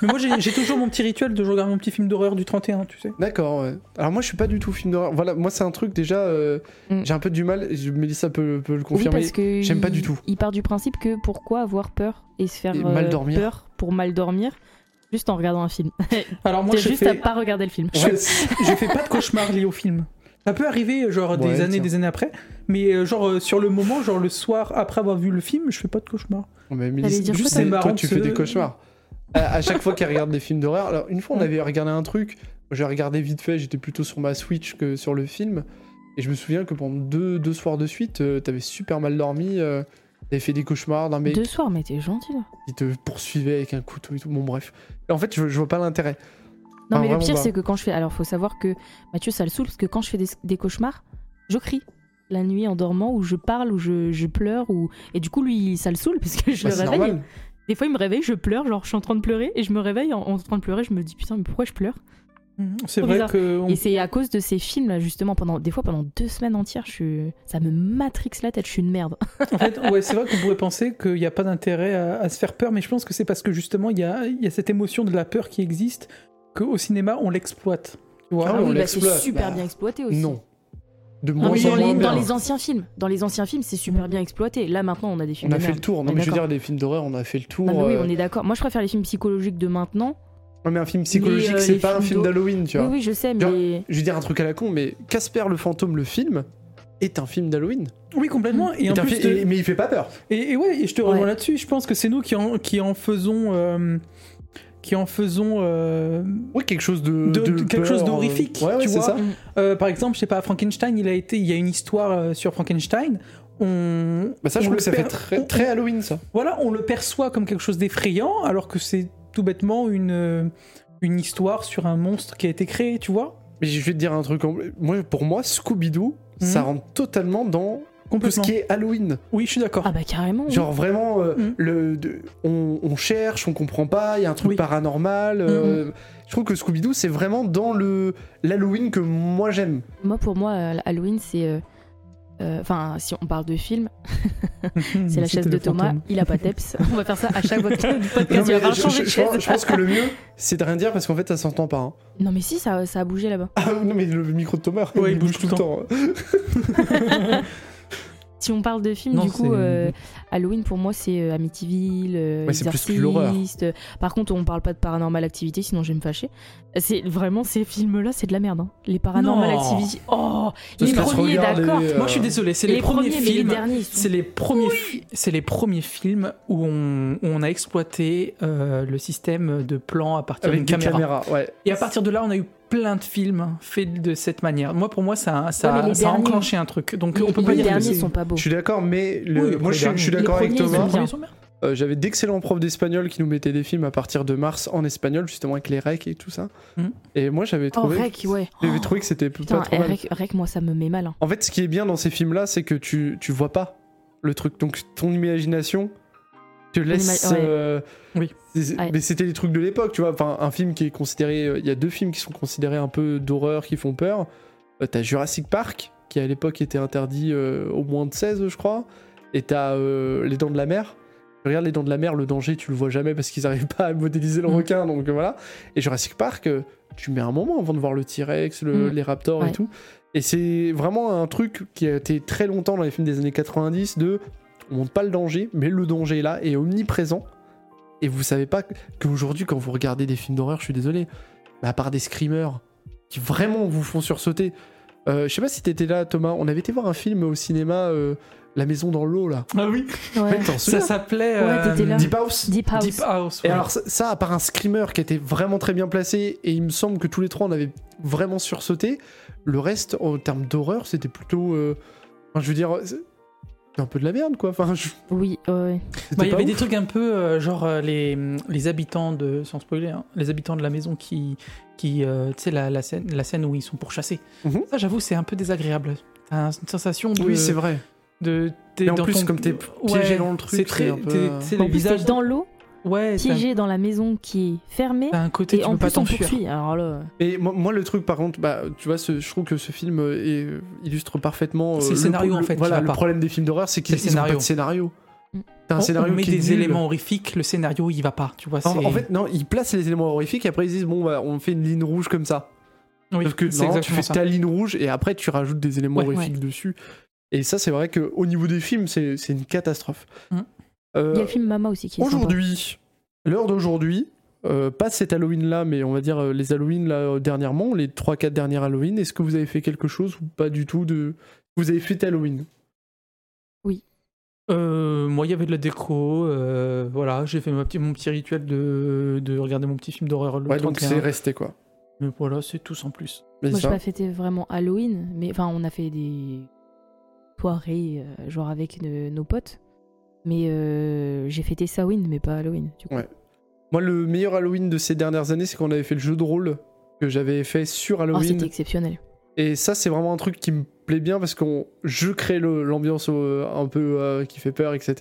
[SPEAKER 3] Mais moi, j'ai j'ai toujours mon petit rituel de je regarde mon petit film d'horreur du 31, tu sais.
[SPEAKER 1] D'accord, ouais. Alors moi, je suis pas du tout film d'horreur. Voilà, moi, c'est un truc déjà. euh,
[SPEAKER 2] Mm.
[SPEAKER 1] J'ai un peu du mal. je- Mélissa peut, peut le
[SPEAKER 2] Oui,
[SPEAKER 1] confirmer.
[SPEAKER 2] parce que
[SPEAKER 1] j'aime pas
[SPEAKER 2] il-
[SPEAKER 1] du tout.
[SPEAKER 2] Il part du principe que pourquoi avoir peur et se faire
[SPEAKER 1] Et mal
[SPEAKER 2] euh,
[SPEAKER 1] dormir.
[SPEAKER 2] peur pour mal dormir juste en regardant un film.
[SPEAKER 3] Alors, moi,
[SPEAKER 2] T'es
[SPEAKER 3] j'ai
[SPEAKER 2] juste
[SPEAKER 3] fait,
[SPEAKER 2] à pas regarder le film.
[SPEAKER 1] Ouais, c'est-
[SPEAKER 3] j'ai fait pas de cauchemar lié au film. Ça peut arriver, euh, genre,
[SPEAKER 1] Ouais,
[SPEAKER 3] des années,
[SPEAKER 1] tiens.
[SPEAKER 3] des années après. Mais, euh, genre, euh, sur le moment, genre, le soir après avoir vu le film, je fais pas de cauchemar.
[SPEAKER 1] Mais Mélissa,
[SPEAKER 2] dire
[SPEAKER 1] juste,
[SPEAKER 2] quoi,
[SPEAKER 1] c'est-
[SPEAKER 3] toi
[SPEAKER 1] toi, tu
[SPEAKER 3] Marrant,
[SPEAKER 1] fais des
[SPEAKER 3] ce-
[SPEAKER 1] cauchemars. À, à chaque fois qu'elle regarde des films d'horreur. Alors, une fois, on
[SPEAKER 3] Ouais.
[SPEAKER 1] avait regardé un truc. J'ai regardé vite fait. J'étais plutôt sur ma Switch que sur le film. Et je me souviens que pendant deux, deux soirs de suite, euh, t'avais super mal dormi. euh, t'avais fait des cauchemars d'un mec
[SPEAKER 2] Deux soirs, mais t'es gentil. là.
[SPEAKER 1] qui te poursuivait avec un couteau et tout. Bon, bref. Et en fait, je, je vois pas l'intérêt.
[SPEAKER 2] Non,
[SPEAKER 1] Ah,
[SPEAKER 2] mais le
[SPEAKER 1] vraiment
[SPEAKER 2] pire,
[SPEAKER 1] pas.
[SPEAKER 2] c'est que quand je fais. Alors, faut savoir que Mathieu, ça le saoule, parce que quand je fais des, des cauchemars, je crie la nuit en dormant, ou je parle, ou je, je pleure, ou. Et du coup, lui, ça le saoule, parce que je
[SPEAKER 1] Bah,
[SPEAKER 2] le
[SPEAKER 1] c'est
[SPEAKER 2] réveille.
[SPEAKER 1] normal.
[SPEAKER 2] Des fois, il me réveille, je pleure, genre, je suis en train de pleurer, et je me réveille en, en train de pleurer, je me dis, putain, mais pourquoi je pleure
[SPEAKER 3] Mm, C'est
[SPEAKER 2] Trop
[SPEAKER 3] vrai
[SPEAKER 2] bizarre.
[SPEAKER 3] que. on-
[SPEAKER 2] Et c'est à cause de ces films-là, justement, pendant, des fois, pendant deux semaines entières, je suis... ça me matrixe la tête, je suis une merde.
[SPEAKER 1] Ah
[SPEAKER 3] En fait, ouais, c'est vrai qu'on pourrait penser qu'il n'y a pas d'intérêt à, à se faire peur, mais je pense que c'est parce que justement, il y a, il y a cette émotion de la peur qui existe, qu'au cinéma, on l'exploite. Tu vois
[SPEAKER 1] Ah oui, on
[SPEAKER 2] bah,
[SPEAKER 1] l'exploite,
[SPEAKER 2] c'est super
[SPEAKER 1] bah,
[SPEAKER 2] bien exploité aussi.
[SPEAKER 1] Non. De
[SPEAKER 2] Non,
[SPEAKER 1] moins
[SPEAKER 2] mais
[SPEAKER 3] Oui,
[SPEAKER 1] en
[SPEAKER 2] dans,
[SPEAKER 3] moins
[SPEAKER 2] les,
[SPEAKER 1] moins
[SPEAKER 2] dans
[SPEAKER 1] bien.
[SPEAKER 2] les anciens films, dans les anciens films, c'est super bien exploité. Là maintenant, on a des films
[SPEAKER 1] Mm. On a
[SPEAKER 2] de
[SPEAKER 1] fait
[SPEAKER 2] merde.
[SPEAKER 1] le tour. Non,
[SPEAKER 2] On est
[SPEAKER 1] mais je veux
[SPEAKER 2] Ah, d'accord.
[SPEAKER 1] dire, les films d'horreur, on a fait le tour.
[SPEAKER 2] Non, mais oui,
[SPEAKER 1] euh,
[SPEAKER 2] on est d'accord. Moi, je préfère les films psychologiques de maintenant.
[SPEAKER 1] non, mais un film psychologique,
[SPEAKER 2] Mais, euh,
[SPEAKER 1] c'est
[SPEAKER 2] les
[SPEAKER 1] pas un
[SPEAKER 2] films
[SPEAKER 1] film
[SPEAKER 2] d'horreur-
[SPEAKER 1] d'Halloween, tu
[SPEAKER 2] Oui,
[SPEAKER 1] vois.
[SPEAKER 2] oui, je sais,
[SPEAKER 1] Genre-
[SPEAKER 2] mais
[SPEAKER 1] Je vais dire un truc à la con, mais Casper le fantôme, le film, est un film d'Halloween.
[SPEAKER 3] Oui, complètement. Et,
[SPEAKER 1] Est
[SPEAKER 3] en
[SPEAKER 1] un
[SPEAKER 3] plus,
[SPEAKER 1] fi-
[SPEAKER 3] de-
[SPEAKER 1] et- Mais il fait pas peur.
[SPEAKER 3] Et, et ouais, et je te rejoins
[SPEAKER 2] Ouais.
[SPEAKER 3] là-dessus. Je pense que c'est nous qui en, qui en faisons, euh, qui en faisons. euh,
[SPEAKER 1] Oui, quelque chose de.
[SPEAKER 3] De- de- quelque
[SPEAKER 1] peur,
[SPEAKER 3] chose
[SPEAKER 1] euh,
[SPEAKER 3] d'horrifique,
[SPEAKER 1] Ouais, ouais,
[SPEAKER 3] tu
[SPEAKER 1] c'est
[SPEAKER 3] vois.
[SPEAKER 1] ça.
[SPEAKER 3] euh, par exemple, je sais pas, Frankenstein, il a été, il y a une histoire euh, sur Frankenstein. On,
[SPEAKER 1] Bah, ça, je
[SPEAKER 3] on
[SPEAKER 1] trouve
[SPEAKER 3] le
[SPEAKER 1] que ça fait
[SPEAKER 3] per-
[SPEAKER 1] très,
[SPEAKER 3] on-
[SPEAKER 1] très Halloween, ça.
[SPEAKER 3] Voilà, on le perçoit comme quelque chose d'effrayant, alors que c'est tout bêtement une euh, une histoire sur un monstre qui a été créé, tu vois.
[SPEAKER 1] Mais je vais te dire un truc. en- Moi, pour moi, Scooby-Doo, ça
[SPEAKER 3] Mhm.
[SPEAKER 1] rentre totalement dans tout ce
[SPEAKER 3] Complètement.
[SPEAKER 1] qui est Halloween.
[SPEAKER 3] Oui, je suis d'accord.
[SPEAKER 2] ah bah carrément. oui.
[SPEAKER 1] Genre vraiment, euh,
[SPEAKER 3] Mm.
[SPEAKER 1] le, de- on, on cherche, on comprend pas, il y a un truc
[SPEAKER 3] Oui. Mhm.
[SPEAKER 1] paranormal. euh, Je trouve que Scooby-Doo, c'est vraiment dans le l'Halloween que moi j'aime.
[SPEAKER 2] Moi, pour moi, euh, Halloween, c'est euh, euh, Enfin, si on parle de
[SPEAKER 1] Mm,
[SPEAKER 2] film,
[SPEAKER 1] Hmm,
[SPEAKER 2] c'est la
[SPEAKER 3] C'était
[SPEAKER 2] chaise de
[SPEAKER 3] le
[SPEAKER 2] Thomas,
[SPEAKER 3] fantôme.
[SPEAKER 2] il a pas teps. On va faire ça à chaque podcast.
[SPEAKER 1] Non,
[SPEAKER 2] tu vas
[SPEAKER 1] mais
[SPEAKER 2] pas
[SPEAKER 1] je,
[SPEAKER 2] changer
[SPEAKER 1] je-
[SPEAKER 2] de
[SPEAKER 1] je
[SPEAKER 2] chaise.
[SPEAKER 1] pense, je pense que le mieux, c'est de rien dire parce qu'en fait, ça s'entend pas. hein.
[SPEAKER 2] Non, mais si, ça, ça a bougé là-bas.
[SPEAKER 1] Ah, non, mais le micro de Thomas,
[SPEAKER 3] Ouais, il bouge tout le
[SPEAKER 1] hein.
[SPEAKER 2] Si on parle de film,
[SPEAKER 3] Non,
[SPEAKER 2] du coup,
[SPEAKER 3] c'est-
[SPEAKER 2] euh, Halloween pour moi c'est euh, Amityville, euh,
[SPEAKER 1] Ouais, c'est plus
[SPEAKER 2] Exorciste.
[SPEAKER 1] l'horreur.
[SPEAKER 2] euh, Par contre, on parle pas de Paranormal Activity, sinon je vais me fâcher. C'est vraiment ces films-là, c'est de la merde. hein. Les Paranormal
[SPEAKER 3] Non.
[SPEAKER 2] Activity. Oh,
[SPEAKER 1] Ça
[SPEAKER 2] les
[SPEAKER 1] se regarde
[SPEAKER 2] premiers,
[SPEAKER 1] et,
[SPEAKER 2] d'accord.
[SPEAKER 1] euh,
[SPEAKER 3] Moi, je suis désolé. C'est
[SPEAKER 2] Les,
[SPEAKER 3] les, premiers,
[SPEAKER 2] mais
[SPEAKER 3] films.
[SPEAKER 2] les derniers. ils sont-
[SPEAKER 3] C'est les premiers, fi- c'est les premiers films où on, où on a exploité euh, le système de plan à partir
[SPEAKER 1] Avec
[SPEAKER 3] d'une
[SPEAKER 1] des
[SPEAKER 3] caméra.
[SPEAKER 1] caméras, ouais.
[SPEAKER 3] Et à partir de là, on a eu plein de films faits de cette manière. Moi, pour moi, ça, ça,
[SPEAKER 2] Ouais, mais les
[SPEAKER 3] ça a
[SPEAKER 2] derniers-
[SPEAKER 3] enclenché un truc. Donc,
[SPEAKER 2] les,
[SPEAKER 3] on peut
[SPEAKER 2] les
[SPEAKER 3] pas dire que
[SPEAKER 2] derniers
[SPEAKER 3] c'est-
[SPEAKER 2] sont pas beaux.
[SPEAKER 1] Je suis d'accord, mais le-
[SPEAKER 3] Oui, les
[SPEAKER 1] moi je suis,
[SPEAKER 3] premiers
[SPEAKER 1] je suis
[SPEAKER 3] derniers.
[SPEAKER 1] d'accord
[SPEAKER 2] Oh. Les
[SPEAKER 1] avec
[SPEAKER 2] premiers, ils
[SPEAKER 1] Thomas.
[SPEAKER 2] sont bien.
[SPEAKER 1] Euh, J'avais d'excellents profs d'espagnol qui nous mettaient des films à partir de mars en espagnol, justement avec les recs et tout ça.
[SPEAKER 3] Mhm.
[SPEAKER 1] Et moi j'avais
[SPEAKER 2] Oh,
[SPEAKER 1] trouvé,
[SPEAKER 2] Rec, ouais.
[SPEAKER 1] j'avais trouvé que c'était pas
[SPEAKER 2] Putain,
[SPEAKER 1] trop mal.
[SPEAKER 2] Rec, Rec, moi ça me met mal. hein.
[SPEAKER 1] En fait, ce qui est bien dans ces films-là, c'est que tu, tu vois pas le truc. Donc, ton imagination te laisse.
[SPEAKER 2] Ima- ouais.
[SPEAKER 1] euh,
[SPEAKER 3] Oui.
[SPEAKER 1] c'est-
[SPEAKER 2] Ouais.
[SPEAKER 1] Mais c'était les trucs de l'époque, tu vois. Enfin, un film qui est considéré. euh, Il y a deux films qui sont considérés un peu d'horreur, qui font peur. Euh, t'as Jurassic Park, qui à l'époque était interdit euh, au moins de 16, je crois. Et t'as euh, Les Dents de la Mer. Tu regardes Les Dents de la Mer, le danger, tu le vois jamais parce qu'ils arrivent pas à modéliser le
[SPEAKER 2] Mm.
[SPEAKER 1] requin. Donc euh, voilà. Et Jurassic Park, euh, tu mets un moment avant de voir le T-Rex, le-
[SPEAKER 2] Mm.
[SPEAKER 1] les Raptors et
[SPEAKER 2] Ouais.
[SPEAKER 1] tout. Et c'est vraiment un truc qui a été très longtemps dans les films des années 90 de on montre pas le danger, mais le danger est là et omniprésent. Et vous savez pas que- qu'aujourd'hui, quand vous regardez des films d'horreur, je suis désolé, mais à part des screamers qui vraiment vous font sursauter. Euh, je sais pas si t'étais là, Thomas. On avait été voir un film au cinéma, euh, La Maison dans l'eau, là.
[SPEAKER 3] Ah oui,
[SPEAKER 2] Ouais.
[SPEAKER 1] T'en
[SPEAKER 3] ça
[SPEAKER 1] souviens
[SPEAKER 3] s'appelait
[SPEAKER 2] Ouais,
[SPEAKER 3] euh,
[SPEAKER 2] t'étais là.
[SPEAKER 1] Deep House.
[SPEAKER 2] Deep House.
[SPEAKER 3] Deep House,
[SPEAKER 1] Et
[SPEAKER 3] ouais.
[SPEAKER 1] alors ça- ça, à part un screamer qui était vraiment très bien placé, et il me semble que tous les trois on avait vraiment sursauté, le reste en termes d'horreur c'était plutôt... euh, enfin, je veux dire, c'est- c'est un peu de la merde, quoi. Enfin, je-
[SPEAKER 2] Oui, ouais.
[SPEAKER 1] c'était
[SPEAKER 3] Bah, il y
[SPEAKER 1] pas
[SPEAKER 3] avait
[SPEAKER 1] ouf.
[SPEAKER 3] des trucs un peu euh, genre euh, les, les habitants de sans spoiler hein, les habitants de la maison qui qui euh, tu sais la, la scène la scène où ils sont pourchassés
[SPEAKER 1] Mhm.
[SPEAKER 3] ça j'avoue c'est un peu désagréable t'as une sensation de
[SPEAKER 1] Oui, c'est vrai.
[SPEAKER 3] de t'es
[SPEAKER 1] Mais en
[SPEAKER 3] dans
[SPEAKER 1] plus,
[SPEAKER 3] ton-
[SPEAKER 1] comme t'es
[SPEAKER 3] ouais,
[SPEAKER 1] piégé dans le truc,
[SPEAKER 3] c'est
[SPEAKER 1] c'est
[SPEAKER 3] très
[SPEAKER 1] un peu- euh,
[SPEAKER 3] t'es- tu sais,
[SPEAKER 2] En
[SPEAKER 3] les
[SPEAKER 2] plus,
[SPEAKER 3] visages
[SPEAKER 2] t'es dans l'eau,
[SPEAKER 3] ouais t'as-
[SPEAKER 2] piégé dans la maison qui est fermée.
[SPEAKER 3] t'as un côté
[SPEAKER 2] Et
[SPEAKER 3] tu
[SPEAKER 2] en
[SPEAKER 3] peux pas
[SPEAKER 2] plus, on
[SPEAKER 3] t'enfuir
[SPEAKER 2] poursuit. Alors là,
[SPEAKER 1] Et moi, moi, le truc, par contre, bah, tu vois, ce- je trouve que ce film euh, est- illustre parfaitement. euh,
[SPEAKER 3] C'est le scénario, en fait, qui
[SPEAKER 1] Voilà,
[SPEAKER 3] va
[SPEAKER 1] le
[SPEAKER 3] pas.
[SPEAKER 1] problème des films d'horreur, c'est qu'ils
[SPEAKER 3] C'est le
[SPEAKER 1] ils ont pas de scénario. T'as un scénario
[SPEAKER 3] on met
[SPEAKER 1] qui est
[SPEAKER 3] des
[SPEAKER 1] nul.
[SPEAKER 3] éléments horrifiques le scénario il va pas tu vois
[SPEAKER 1] En,
[SPEAKER 3] c'est-
[SPEAKER 1] en fait, non, ils placent les éléments horrifiques et après ils disent bon, bah, on fait une ligne rouge comme ça.
[SPEAKER 3] oui,
[SPEAKER 1] Sauf que
[SPEAKER 3] c'est
[SPEAKER 1] non, tu
[SPEAKER 3] exactement
[SPEAKER 1] fais
[SPEAKER 3] ça
[SPEAKER 1] ta ligne rouge et après tu rajoutes des éléments
[SPEAKER 3] Ouais,
[SPEAKER 1] horrifiques dessus. Et ça, c'est vrai qu'au niveau des films, c'est c'est une catastrophe.
[SPEAKER 3] Mm.
[SPEAKER 1] Euh,
[SPEAKER 2] il y a le film Mama aussi qui est sympa.
[SPEAKER 1] Aujourd'hui, l'heure d'aujourd'hui, euh, pas cet Halloween là, mais on va dire euh, les Halloween là euh, dernièrement, les 3-4 dernières Halloween, est-ce que vous avez fait quelque chose ou pas du tout de. Vous avez fait Halloween
[SPEAKER 3] Euh, moi, il y avait de la déco. euh, voilà, j'ai fait ma petit- mon petit rituel de, de regarder mon petit film d'horreur le
[SPEAKER 1] Ouais, donc
[SPEAKER 3] 31.
[SPEAKER 1] c'est resté quoi.
[SPEAKER 3] Mais voilà, c'est tout sans plus.
[SPEAKER 1] Mais
[SPEAKER 2] Moi, j'ai
[SPEAKER 1] ça,
[SPEAKER 2] pas fêté vraiment Halloween, mais enfin, on a fait des soirées, euh, genre avec euh, nos potes. Mais euh, j'ai fêté Samhain, mais pas Halloween. Du coup.
[SPEAKER 1] Ouais. Moi, le meilleur Halloween de ces dernières années, c'est qu'on avait fait le jeu de rôle que j'avais fait sur
[SPEAKER 2] Oh,
[SPEAKER 1] Halloween.
[SPEAKER 2] c'était exceptionnel.
[SPEAKER 1] Et ça, c'est vraiment un truc qui me plaît bien parce qu'on je crée le- l'ambiance euh, un peu euh, qui fait peur, etc.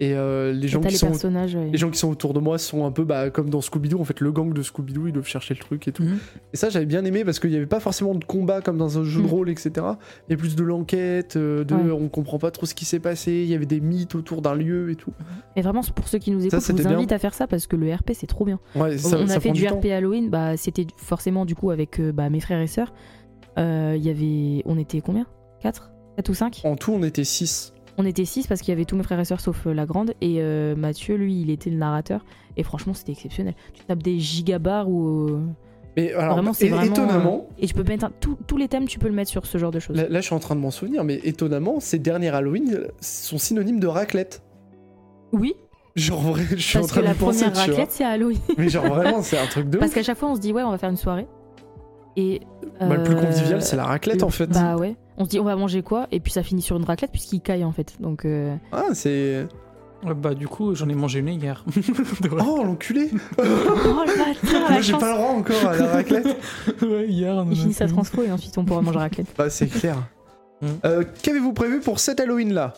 [SPEAKER 1] Et euh, les
[SPEAKER 2] Et
[SPEAKER 1] gens
[SPEAKER 2] T'as
[SPEAKER 1] qui
[SPEAKER 2] les
[SPEAKER 1] sont
[SPEAKER 2] personnages. euh, ouais.
[SPEAKER 1] les gens qui sont autour de moi sont un peu bah, comme dans Scooby-Doo, en fait le gang de Scooby-Doo, ils doivent chercher le truc et tout.
[SPEAKER 3] Mhm.
[SPEAKER 1] Et ça j'avais bien aimé parce qu'il n'y avait pas forcément de combat comme dans un jeu de
[SPEAKER 2] Mhm.
[SPEAKER 1] rôle, etc. Mais plus de l'enquête, euh, de
[SPEAKER 2] Ouais.
[SPEAKER 1] on comprend pas trop ce qui s'est passé, il y avait des mythes autour d'un lieu et tout.
[SPEAKER 2] Et vraiment, c'est pour ceux qui nous
[SPEAKER 1] Ça,
[SPEAKER 2] écoutent, je
[SPEAKER 1] c'était
[SPEAKER 2] vous
[SPEAKER 1] bien.
[SPEAKER 2] invite à faire ça parce que le RP, c'est trop bien.
[SPEAKER 1] Ouais, ça,
[SPEAKER 2] on
[SPEAKER 1] ça
[SPEAKER 2] a fait
[SPEAKER 1] prend
[SPEAKER 2] du
[SPEAKER 1] temps.
[SPEAKER 2] RP Halloween, bah, c'était du- forcément du coup avec euh, bah, mes frères et sœurs. Euh, Il y avait. On était combien 4 4 ou 5
[SPEAKER 1] En tout on était 6.
[SPEAKER 2] On était 6 parce qu'il y avait tous mes frères et sœurs sauf euh, la grande. Et euh, Mathieu, lui, il était le narrateur. Et franchement, c'était exceptionnel. Tu tapes des gigabars ou. euh,
[SPEAKER 1] Mais alors
[SPEAKER 2] Vraiment, c'est
[SPEAKER 1] é-
[SPEAKER 2] vraiment,
[SPEAKER 1] étonnamment,
[SPEAKER 2] Et tu peux mettre. un- tous- tous les thèmes, tu peux le mettre sur ce genre de choses.
[SPEAKER 1] là, là, je suis en train de m'en souvenir, mais étonnamment ces dernières Halloween sont synonymes de raclette.
[SPEAKER 2] Oui,
[SPEAKER 1] Genre vrai, je suis en
[SPEAKER 2] parce que
[SPEAKER 1] train
[SPEAKER 2] la
[SPEAKER 1] de penser,
[SPEAKER 2] première
[SPEAKER 1] tu vois.
[SPEAKER 2] raclette, c'est à Halloween.
[SPEAKER 1] Mais genre vraiment c'est un truc de
[SPEAKER 2] Parce
[SPEAKER 1] ouf.
[SPEAKER 2] qu'à chaque fois, on se dit, ouais, on va faire une soirée. Et.
[SPEAKER 1] Bah, le plus
[SPEAKER 2] euh,
[SPEAKER 1] convivial c'est la raclette en fait.
[SPEAKER 2] Bah ouais. On se dit, on va manger quoi Et puis ça finit sur une raclette puisqu'il caille en fait. Donc. euh,
[SPEAKER 1] Ah c'est
[SPEAKER 3] Ouais, bah, du coup, j'en ai mangé une hier. De vrai.
[SPEAKER 1] oh l'enculé.
[SPEAKER 2] Oh le bâtard
[SPEAKER 1] Moi
[SPEAKER 2] la
[SPEAKER 1] j'ai
[SPEAKER 2] chance.
[SPEAKER 1] pas le droit encore à la raclette.
[SPEAKER 3] Oh, ouais, hier. on en a
[SPEAKER 2] Il finit sa
[SPEAKER 3] fait une.
[SPEAKER 2] transpo et ensuite on pourra manger raclette.
[SPEAKER 1] bah c'est clair.
[SPEAKER 3] Mm.
[SPEAKER 1] Euh, Qu'avez-vous prévu pour cet Halloween là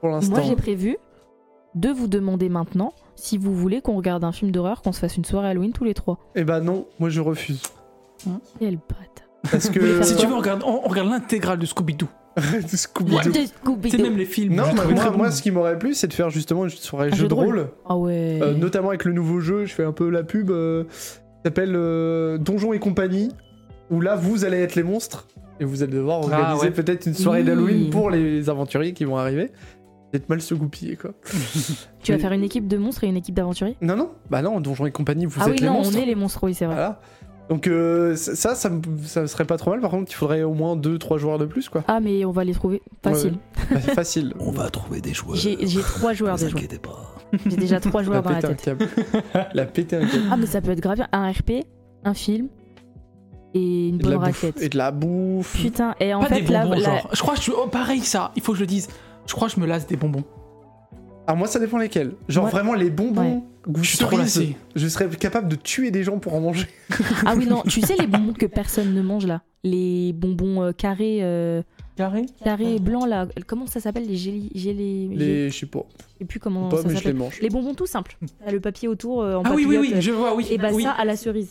[SPEAKER 1] Pour
[SPEAKER 2] Moi
[SPEAKER 1] l'instant.
[SPEAKER 2] j'ai prévu de vous demander maintenant si vous voulez qu'on regarde un film d'horreur, qu'on se fasse une soirée Halloween tous les trois.
[SPEAKER 1] Eh bah non, moi je refuse.
[SPEAKER 2] Quel bâtard.
[SPEAKER 1] Parce
[SPEAKER 2] voulez
[SPEAKER 1] que
[SPEAKER 2] faire
[SPEAKER 3] Si
[SPEAKER 2] quoi
[SPEAKER 3] tu veux, on regarde, on, on regarde l'intégrale de Scooby-Doo.
[SPEAKER 1] Scooby Doo.
[SPEAKER 3] C'est même les films.
[SPEAKER 1] Non,
[SPEAKER 3] j'ai
[SPEAKER 1] bah,
[SPEAKER 3] trouvé
[SPEAKER 1] moi,
[SPEAKER 3] très bon.
[SPEAKER 1] moi, ce qui m'aurait plu, c'est de faire justement une soirée
[SPEAKER 2] Un
[SPEAKER 1] jeu de rôle,
[SPEAKER 2] Ah ouais.
[SPEAKER 1] Euh, notamment avec le nouveau jeu. Je fais un peu la pub. euh, ça s'appelle euh, Donjon et compagnie, où là vous allez être les monstres et vous allez devoir
[SPEAKER 3] Ah,
[SPEAKER 1] organiser
[SPEAKER 3] ouais.
[SPEAKER 1] peut-être une soirée
[SPEAKER 2] Oui.
[SPEAKER 1] d'Halloween pour les aventuriers qui vont arriver. Peut-être mal se goupiller quoi.
[SPEAKER 2] tu vas
[SPEAKER 1] mais-
[SPEAKER 2] faire une équipe de monstres et une équipe d'aventuriers
[SPEAKER 1] Non non, bah non, Donjon et compagnie, vous
[SPEAKER 2] Ah
[SPEAKER 1] êtes
[SPEAKER 2] oui,
[SPEAKER 1] les
[SPEAKER 2] non,
[SPEAKER 1] monstres. Ah.
[SPEAKER 2] on est les monstres, oui, c'est vrai.
[SPEAKER 1] Voilà. Donc euh, ça, ça, ça, me- ça serait pas trop mal. Par contre, il faudrait au moins 2-3 joueurs de plus, quoi.
[SPEAKER 2] Ah, mais on va les trouver facile.
[SPEAKER 1] Bah, c'est facile.
[SPEAKER 4] On va trouver des joueurs.
[SPEAKER 2] J'ai j'ai trois joueurs
[SPEAKER 4] Ne vous
[SPEAKER 2] déjà.
[SPEAKER 4] inquiétez pas.
[SPEAKER 2] J'ai déjà trois
[SPEAKER 1] La
[SPEAKER 2] joueurs dans la
[SPEAKER 1] péter un
[SPEAKER 2] tête.
[SPEAKER 1] câble. La péter un câble.
[SPEAKER 2] Ah, mais ça peut être grave. bien. Un RP, un film et une
[SPEAKER 1] Et de, la
[SPEAKER 2] bonne
[SPEAKER 1] bouffe,
[SPEAKER 2] raclette.
[SPEAKER 1] et de la bouffe.
[SPEAKER 2] Putain, et en
[SPEAKER 3] Pas
[SPEAKER 2] fait,
[SPEAKER 3] des
[SPEAKER 2] là,
[SPEAKER 3] bonbons,
[SPEAKER 2] là-
[SPEAKER 3] genre. Je crois que je suis. oh, pareil que ça, il faut que je le dise. Je crois que je me lasse des bonbons.
[SPEAKER 1] Alors moi, ça dépend lesquels. Genre
[SPEAKER 2] Moi-
[SPEAKER 1] vraiment les bonbons.
[SPEAKER 2] Ouais.
[SPEAKER 1] goût
[SPEAKER 3] Je suis trop
[SPEAKER 1] cerise,
[SPEAKER 3] lassé.
[SPEAKER 1] Je serais capable de tuer des gens pour en manger.
[SPEAKER 2] Ah oui, non, tu sais les bonbons que personne ne mange là Les bonbons euh, carrés, euh,
[SPEAKER 3] Carré
[SPEAKER 2] carrés blancs là. Comment ça s'appelle Les gélis les...
[SPEAKER 1] Les, je sais pas,
[SPEAKER 2] Je sais plus comment
[SPEAKER 1] pas
[SPEAKER 2] Oh, ça
[SPEAKER 1] mais je les
[SPEAKER 2] s'appelle.
[SPEAKER 1] mange.
[SPEAKER 2] Les bonbons tout simples. T'as le papier autour euh, en
[SPEAKER 3] Ah oui, oui, oui,
[SPEAKER 2] papillote,
[SPEAKER 3] je vois, oui.
[SPEAKER 2] euh, Et bah
[SPEAKER 3] oui.
[SPEAKER 2] ça à la cerise.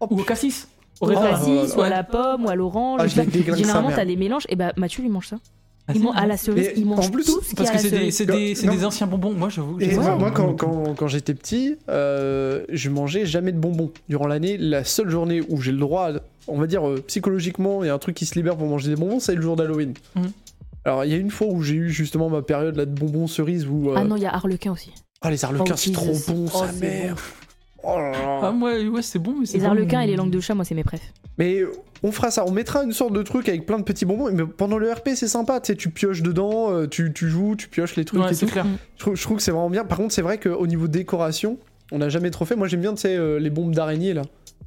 [SPEAKER 3] Ou au cassis. Au
[SPEAKER 2] Au
[SPEAKER 3] raisin.
[SPEAKER 1] cassis,
[SPEAKER 2] cassis,
[SPEAKER 1] voilà.
[SPEAKER 2] ou à la pomme, ou à l'orange.
[SPEAKER 1] Ah,
[SPEAKER 2] je
[SPEAKER 1] je
[SPEAKER 2] sais
[SPEAKER 1] les
[SPEAKER 2] pas.
[SPEAKER 1] déglingue sa
[SPEAKER 2] Généralement,
[SPEAKER 1] mère.
[SPEAKER 2] t'as des mélanges. Et bah Mathieu lui mange ça.
[SPEAKER 3] Ah,
[SPEAKER 2] Il
[SPEAKER 3] c'est
[SPEAKER 2] mange- à la euh, cerise,
[SPEAKER 1] Et
[SPEAKER 2] il mange
[SPEAKER 1] en plus,
[SPEAKER 2] tout ce qui est
[SPEAKER 3] Parce
[SPEAKER 2] à
[SPEAKER 3] que
[SPEAKER 2] la
[SPEAKER 3] c'est des,
[SPEAKER 2] cerise.
[SPEAKER 3] c'est des, c'est
[SPEAKER 1] Non.
[SPEAKER 3] des anciens bonbons. Moi, j'avoue.
[SPEAKER 1] Et
[SPEAKER 3] j'ai-
[SPEAKER 1] moi,
[SPEAKER 2] Ouais.
[SPEAKER 1] moi, quand, quand- quand j'étais petit, euh, je mangeais jamais de bonbons. Durant l'année, la seule journée où j'ai le droit, on va dire euh, psychologiquement, il y a un truc qui se libère pour manger des bonbons, c'est le jour d'Halloween.
[SPEAKER 3] Mhm.
[SPEAKER 1] Alors, il y a une fois où j'ai eu justement ma période là, de bonbons cerises où. euh,
[SPEAKER 2] Ah non, il y a Harlequin aussi.
[SPEAKER 1] ah, les harlequins,
[SPEAKER 2] Oh,
[SPEAKER 1] c'est trop
[SPEAKER 2] Jesus.
[SPEAKER 1] bon,
[SPEAKER 2] Oh,
[SPEAKER 1] sa
[SPEAKER 2] c'est
[SPEAKER 1] mère. Oh là là.
[SPEAKER 3] Ah, ouais, ouais, c'est bon. mais c'est
[SPEAKER 2] Les
[SPEAKER 3] bon.
[SPEAKER 2] Harlequins et les langues de chat, moi, c'est mes préfs.
[SPEAKER 1] Mais on fera ça, on mettra une sorte de truc avec plein de petits bonbons. Mais pendant le RP, c'est sympa, tu sais, tu pioches dedans, euh, tu, tu joues, tu pioches les trucs
[SPEAKER 3] Ouais,
[SPEAKER 1] et
[SPEAKER 3] c'est
[SPEAKER 1] tout.
[SPEAKER 3] clair.
[SPEAKER 1] Je trouve, je trouve que c'est vraiment bien. Par contre, c'est vrai qu'au niveau décoration, on n'a jamais trop fait. Moi, j'aime bien, tu sais, euh, les bombes d'araignée là.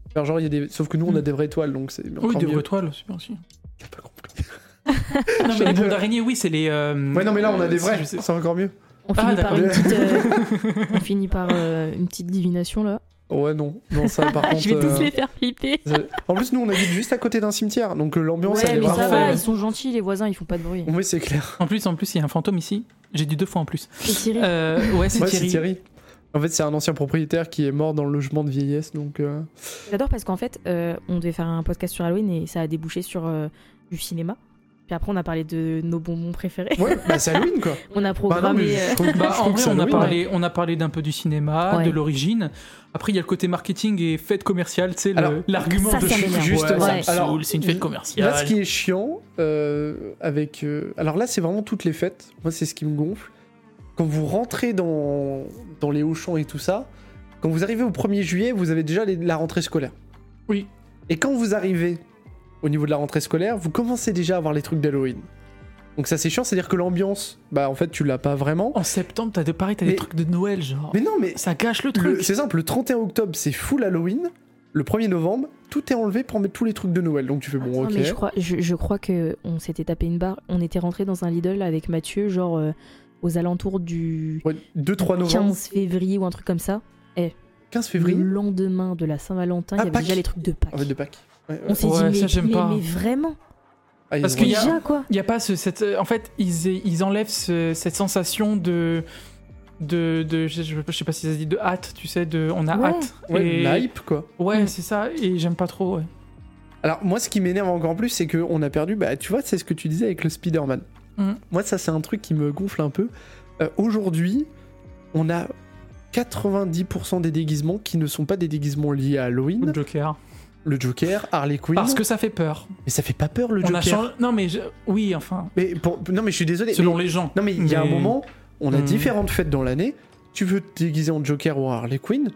[SPEAKER 1] Enfin, genre, il y a des... Sauf que nous, on a
[SPEAKER 3] Mm.
[SPEAKER 1] Ah des vraies toiles, donc c'est. encore
[SPEAKER 3] Oui, des
[SPEAKER 1] mieux.
[SPEAKER 3] vraies toiles, c'est bien aussi.
[SPEAKER 1] T'as pas compris.
[SPEAKER 3] Ah, Non, mais les bandes d'araignées, oui, c'est les. euh,
[SPEAKER 1] Ouais, non, mais là, on a
[SPEAKER 3] euh,
[SPEAKER 1] des
[SPEAKER 3] si
[SPEAKER 1] vrais,
[SPEAKER 3] je sais-
[SPEAKER 1] c'est encore mieux.
[SPEAKER 2] On
[SPEAKER 3] Ah,
[SPEAKER 2] finit par,
[SPEAKER 3] d'accord.
[SPEAKER 2] une petite, euh, on finit par euh, une petite divination là.
[SPEAKER 1] Ouais, non, non, ça, par contre.
[SPEAKER 2] je vais
[SPEAKER 1] euh,
[SPEAKER 2] tous les faire flipper.
[SPEAKER 1] c'est- En plus, nous, on habite juste à côté d'un cimetière, donc euh, l'ambiance,
[SPEAKER 2] ouais,
[SPEAKER 1] elle est
[SPEAKER 2] mais ça
[SPEAKER 1] vraiment.
[SPEAKER 2] va,
[SPEAKER 1] euh,
[SPEAKER 2] ils sont gentils, les voisins, ils font pas de bruit.
[SPEAKER 1] Oui, c'est clair.
[SPEAKER 3] En plus, en plus, il y a un fantôme ici. J'ai dit deux fois en plus.
[SPEAKER 2] Et Cyril,
[SPEAKER 3] Euh, ouais, c'est
[SPEAKER 1] Ouais,
[SPEAKER 3] Thierry.
[SPEAKER 1] En fait, c'est un ancien propriétaire qui est mort dans le logement de vieillesse, donc. euh,
[SPEAKER 2] j'adore parce qu'en fait, euh, on devait faire un podcast sur Halloween et ça a débouché sur euh, du cinéma. Puis après, on a parlé de nos bonbons préférés.
[SPEAKER 1] Ouais, bah, c'est Halloween, quoi.
[SPEAKER 2] On a
[SPEAKER 1] Bah, non, mais
[SPEAKER 2] programmé.
[SPEAKER 1] je
[SPEAKER 2] euh,
[SPEAKER 1] trouve- je
[SPEAKER 3] Bah,
[SPEAKER 1] trouve
[SPEAKER 3] en
[SPEAKER 1] que
[SPEAKER 3] vrai,
[SPEAKER 1] c'est
[SPEAKER 3] on a,
[SPEAKER 1] Halloween, hein.
[SPEAKER 3] parlé, on a parlé d'un peu du cinéma,
[SPEAKER 2] Ouais.
[SPEAKER 3] de l'origine. Après, il y a le côté marketing et fête commerciale, tu sais, le-
[SPEAKER 1] Alors,
[SPEAKER 3] l'argument
[SPEAKER 2] ça,
[SPEAKER 3] de
[SPEAKER 2] ça m'énerve.
[SPEAKER 1] Justement.
[SPEAKER 3] ça me
[SPEAKER 2] Ouais.
[SPEAKER 1] Alors,
[SPEAKER 3] saoule, c'est une
[SPEAKER 1] je-
[SPEAKER 3] fête commerciale.
[SPEAKER 1] Là, ce qui est chiant, euh, avec. euh, alors là, c'est vraiment toutes les fêtes. Moi, c'est ce qui me gonfle. Quand vous rentrez dans, dans les Auchan et tout ça, quand vous arrivez au 1er juillet, vous avez déjà les- la rentrée scolaire.
[SPEAKER 3] Oui.
[SPEAKER 1] Et quand vous arrivez au niveau de la rentrée scolaire, vous commencez déjà à avoir les trucs d'Halloween. Donc ça, c'est chiant, c'est-à-dire que l'ambiance, bah en fait, tu l'as pas vraiment.
[SPEAKER 3] En septembre, t'as de Paris, t'as
[SPEAKER 1] Mais-
[SPEAKER 3] des trucs de Noël, genre.
[SPEAKER 1] Mais non, mais
[SPEAKER 3] Ça gâche le
[SPEAKER 1] le-
[SPEAKER 3] truc.
[SPEAKER 1] c'est simple, le 31 octobre, c'est full Halloween. Le 1er novembre, tout est enlevé pour mettre tous les trucs de Noël. Donc tu fais bon,
[SPEAKER 2] Attends,
[SPEAKER 1] ok.
[SPEAKER 2] mais je crois, je, je crois que on s'était tapé une barre. On était rentré dans un Lidl avec Mathieu, genre euh, aux alentours du
[SPEAKER 1] 2-3 novembre, 15,
[SPEAKER 2] 15 février ou un truc comme ça.
[SPEAKER 1] février.
[SPEAKER 2] Le lendemain de la Saint-Valentin,
[SPEAKER 1] Ah,
[SPEAKER 2] il y avait
[SPEAKER 1] Pâques.
[SPEAKER 2] déjà les trucs de Pâques.
[SPEAKER 1] En fait, de Pâques. Ouais, ouais.
[SPEAKER 2] On s'est
[SPEAKER 3] Ouais,
[SPEAKER 2] dit,
[SPEAKER 3] ça,
[SPEAKER 2] mais,
[SPEAKER 3] j'aime
[SPEAKER 2] mais-
[SPEAKER 3] pas.
[SPEAKER 2] mais vraiment
[SPEAKER 1] Ah, ils
[SPEAKER 3] Parce
[SPEAKER 1] ont-
[SPEAKER 3] qu'il y a-
[SPEAKER 2] Déjà quoi
[SPEAKER 3] Il y a pas ce, cette, euh, en fait, ils, ils enlèvent ce- cette sensation de, de, de- je, je- je sais pas si ça se dit, de hâte, tu sais, de, on a
[SPEAKER 2] Ouais.
[SPEAKER 3] hâte.
[SPEAKER 1] Ouais,
[SPEAKER 3] et,
[SPEAKER 1] la hype, quoi.
[SPEAKER 3] ouais,
[SPEAKER 2] Mm.
[SPEAKER 3] c'est ça. Et j'aime pas trop. ouais.
[SPEAKER 1] Alors, moi, ce qui m'énerve encore plus, c'est qu'on a perdu. Bah, tu vois, c'est ce que tu disais avec le Spider-Man.
[SPEAKER 2] Mm.
[SPEAKER 3] Mhm.
[SPEAKER 1] Moi, ça, c'est un truc qui me gonfle un peu. Euh, Aujourd'hui, on a 90% des déguisements qui ne sont pas des déguisements liés à Halloween.
[SPEAKER 3] Le Joker.
[SPEAKER 1] Le Joker, Harley Quinn.
[SPEAKER 3] Parce que ça fait peur.
[SPEAKER 1] Mais ça fait pas peur, le
[SPEAKER 3] on
[SPEAKER 1] Joker.
[SPEAKER 3] a changé. Non mais je- oui, enfin,
[SPEAKER 1] Mais pour- Non, mais je suis désolé.
[SPEAKER 3] selon
[SPEAKER 1] mais-
[SPEAKER 3] les gens.
[SPEAKER 1] Non, mais il y a un moment, on a
[SPEAKER 3] Mhm.
[SPEAKER 1] différentes fêtes dans l'année. Tu veux te déguiser en Joker ou en Harley Quinn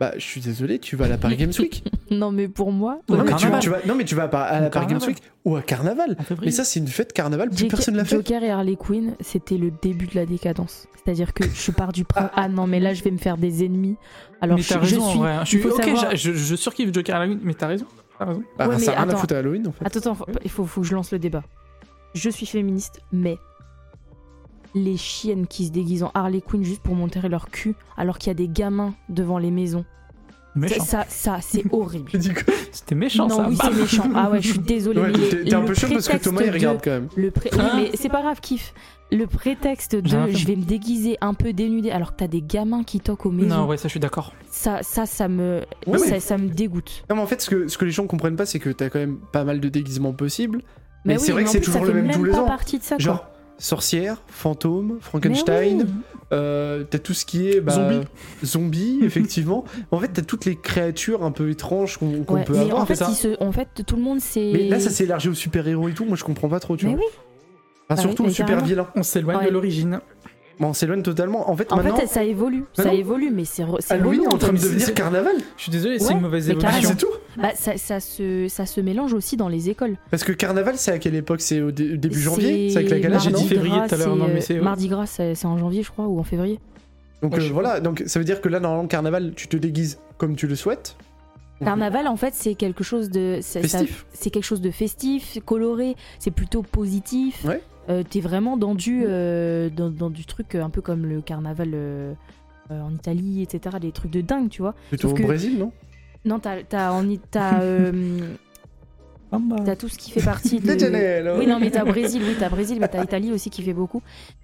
[SPEAKER 1] Bah, je suis désolé, tu vas à la Paris Games Week.
[SPEAKER 2] Non, mais pour moi,
[SPEAKER 3] Ou
[SPEAKER 1] Non
[SPEAKER 3] au
[SPEAKER 1] mais, tu,
[SPEAKER 3] carnaval.
[SPEAKER 1] tu vas, non mais tu vas à, Par- à la
[SPEAKER 3] Au
[SPEAKER 1] Paris Games
[SPEAKER 3] carnaval.
[SPEAKER 1] Week ou à Carnaval.
[SPEAKER 3] En février.
[SPEAKER 1] Mais ça c'est une fête Carnaval, plus
[SPEAKER 2] Joker-
[SPEAKER 1] personne l'a fait.
[SPEAKER 2] Joker et Harley Quinn, c'était le début de la décadence. C'est-à-dire que je pars du printemps. Ah non, mais là, je vais me faire des ennemis. Alors,
[SPEAKER 3] mais
[SPEAKER 2] je,
[SPEAKER 3] t'as
[SPEAKER 2] je
[SPEAKER 3] raison
[SPEAKER 2] suis.
[SPEAKER 3] en vrai. Je suis
[SPEAKER 2] il faut
[SPEAKER 3] ok,
[SPEAKER 2] savoir-
[SPEAKER 3] j'a- je, je surkiffe Joker à la nuit, mais t'as raison. T'as raison.
[SPEAKER 1] Bah,
[SPEAKER 2] Ouais, mais
[SPEAKER 1] ça a rien
[SPEAKER 2] attends.
[SPEAKER 1] à foutre à Halloween en fait.
[SPEAKER 2] Attends, attends, faut- il faut, faut que je lance le débat. Je suis féministe, mais les chiennes qui se déguisent en Harley Quinn juste pour montrer leur cul, alors qu'il y a des gamins devant les maisons. Ça,
[SPEAKER 3] Méchant.
[SPEAKER 2] ça, ça, c'est horrible.
[SPEAKER 1] Tu dis quoi
[SPEAKER 3] C'était méchant
[SPEAKER 2] non,
[SPEAKER 3] ça.
[SPEAKER 2] oui,
[SPEAKER 3] Bah,
[SPEAKER 2] c'est méchant. Ah ouais, je suis désolée.
[SPEAKER 1] Ouais,
[SPEAKER 2] mais les-
[SPEAKER 1] T'es t'es un
[SPEAKER 2] le
[SPEAKER 1] peu chaud parce que
[SPEAKER 2] prétexte
[SPEAKER 1] Thomas il
[SPEAKER 2] de-
[SPEAKER 1] regarde quand même.
[SPEAKER 2] Le pré-
[SPEAKER 3] Hein
[SPEAKER 2] oui, mais c'est pas grave, kiff. Le prétexte
[SPEAKER 3] J'ai rien
[SPEAKER 2] de
[SPEAKER 3] fait.
[SPEAKER 2] je vais me déguiser un peu dénudé alors que t'as des gamins qui toquent aux maisons.
[SPEAKER 3] Non, ouais, ça je suis d'accord.
[SPEAKER 2] Ça, ça, ça me,
[SPEAKER 1] Ouais,
[SPEAKER 2] ça,
[SPEAKER 1] mais-
[SPEAKER 2] ça me dégoûte.
[SPEAKER 1] Non mais en fait ce que, ce que les gens comprennent pas c'est que t'as quand même pas mal de déguisements possibles. Mais
[SPEAKER 2] Bah
[SPEAKER 1] c'est
[SPEAKER 2] oui,
[SPEAKER 1] vrai que
[SPEAKER 2] en
[SPEAKER 1] c'est
[SPEAKER 2] plus, ça
[SPEAKER 1] toujours le
[SPEAKER 2] fait
[SPEAKER 1] même tous les
[SPEAKER 2] pas
[SPEAKER 1] ans.
[SPEAKER 2] partie de ça. quoi.
[SPEAKER 1] Genre sorcière, fantôme,
[SPEAKER 2] Mais
[SPEAKER 1] Frankenstein,
[SPEAKER 2] oui.
[SPEAKER 1] euh, t'as tout ce qui est bah,
[SPEAKER 3] Zombie.
[SPEAKER 1] zombie, effectivement. en fait t'as toutes les créatures un peu étranges qu'on qu'on
[SPEAKER 2] Ouais,
[SPEAKER 1] peut
[SPEAKER 2] mais
[SPEAKER 1] avoir.
[SPEAKER 2] en fait,
[SPEAKER 3] c'est ça.
[SPEAKER 2] ils se- en fait, tout le monde s'est.
[SPEAKER 1] Mais là ça s'est élargi aux super-héros et tout, moi je comprends pas trop tu
[SPEAKER 2] Mais
[SPEAKER 1] vois.
[SPEAKER 2] oui.
[SPEAKER 1] Enfin,
[SPEAKER 2] Bah oui,
[SPEAKER 1] surtout
[SPEAKER 2] mais
[SPEAKER 1] aux super-vilains.
[SPEAKER 3] On s'éloigne
[SPEAKER 2] Ouais.
[SPEAKER 3] de l'origine.
[SPEAKER 1] Bon, on s'éloigne totalement. En fait
[SPEAKER 2] En
[SPEAKER 1] maintenant,
[SPEAKER 2] fait, ça évolue. ça
[SPEAKER 1] Maintenant-
[SPEAKER 2] évolue, mais c'est. re- c'est
[SPEAKER 1] Halloween
[SPEAKER 2] relou,
[SPEAKER 1] est en train de
[SPEAKER 3] fait.
[SPEAKER 1] devenir
[SPEAKER 3] C'est-
[SPEAKER 1] carnaval.
[SPEAKER 3] Je suis désolé,
[SPEAKER 2] Ouais,
[SPEAKER 3] c'est une mauvaise
[SPEAKER 2] mais
[SPEAKER 1] Ah,
[SPEAKER 2] carrément.
[SPEAKER 3] évolution.
[SPEAKER 1] c'est tout
[SPEAKER 2] Bah, ça, ça, se, ça se mélange aussi dans les écoles.
[SPEAKER 1] Parce que carnaval, c'est à quelle époque C'est au dé- début janvier
[SPEAKER 2] C'est
[SPEAKER 1] C'est
[SPEAKER 2] Bah,
[SPEAKER 1] avec la galère,
[SPEAKER 3] J'ai
[SPEAKER 1] non
[SPEAKER 3] dit
[SPEAKER 2] Mardi
[SPEAKER 3] février
[SPEAKER 2] Gras,
[SPEAKER 3] tout à l'heure,
[SPEAKER 2] c'est,
[SPEAKER 3] non, mais
[SPEAKER 2] euh,
[SPEAKER 3] c'est-
[SPEAKER 2] Mardi Gras, c'est c'est en janvier, je crois, ou en février.
[SPEAKER 1] Donc
[SPEAKER 3] Ouais,
[SPEAKER 1] euh,
[SPEAKER 3] je sais
[SPEAKER 1] voilà, donc ça veut dire que là, normalement, carnaval, tu te déguises comme tu le souhaites. Donc,
[SPEAKER 2] Carnaval, en fait, c'est quelque chose de. ça- ça-
[SPEAKER 1] Mhm. Festif.
[SPEAKER 2] c'est quelque chose de festif, coloré, c'est plutôt positif.
[SPEAKER 1] Ouais.
[SPEAKER 2] Euh, T'es vraiment dans du, euh, dans, dans du truc euh, un peu comme le carnaval euh, euh, en Italie, etc. Des trucs de dingue, tu vois.
[SPEAKER 1] Plutôt
[SPEAKER 2] sauf
[SPEAKER 1] au
[SPEAKER 2] que-
[SPEAKER 1] Brésil, non
[SPEAKER 2] Non, t'as t'as en I- t'as, euh,
[SPEAKER 3] Ah, bah.
[SPEAKER 2] t'as tout ce qui fait partie de.
[SPEAKER 1] De Janeiro.
[SPEAKER 2] Oui, non, mais t'as Brésil, oui, t'as Brésil, mais t'as Italie aussi qui fait beaucoup.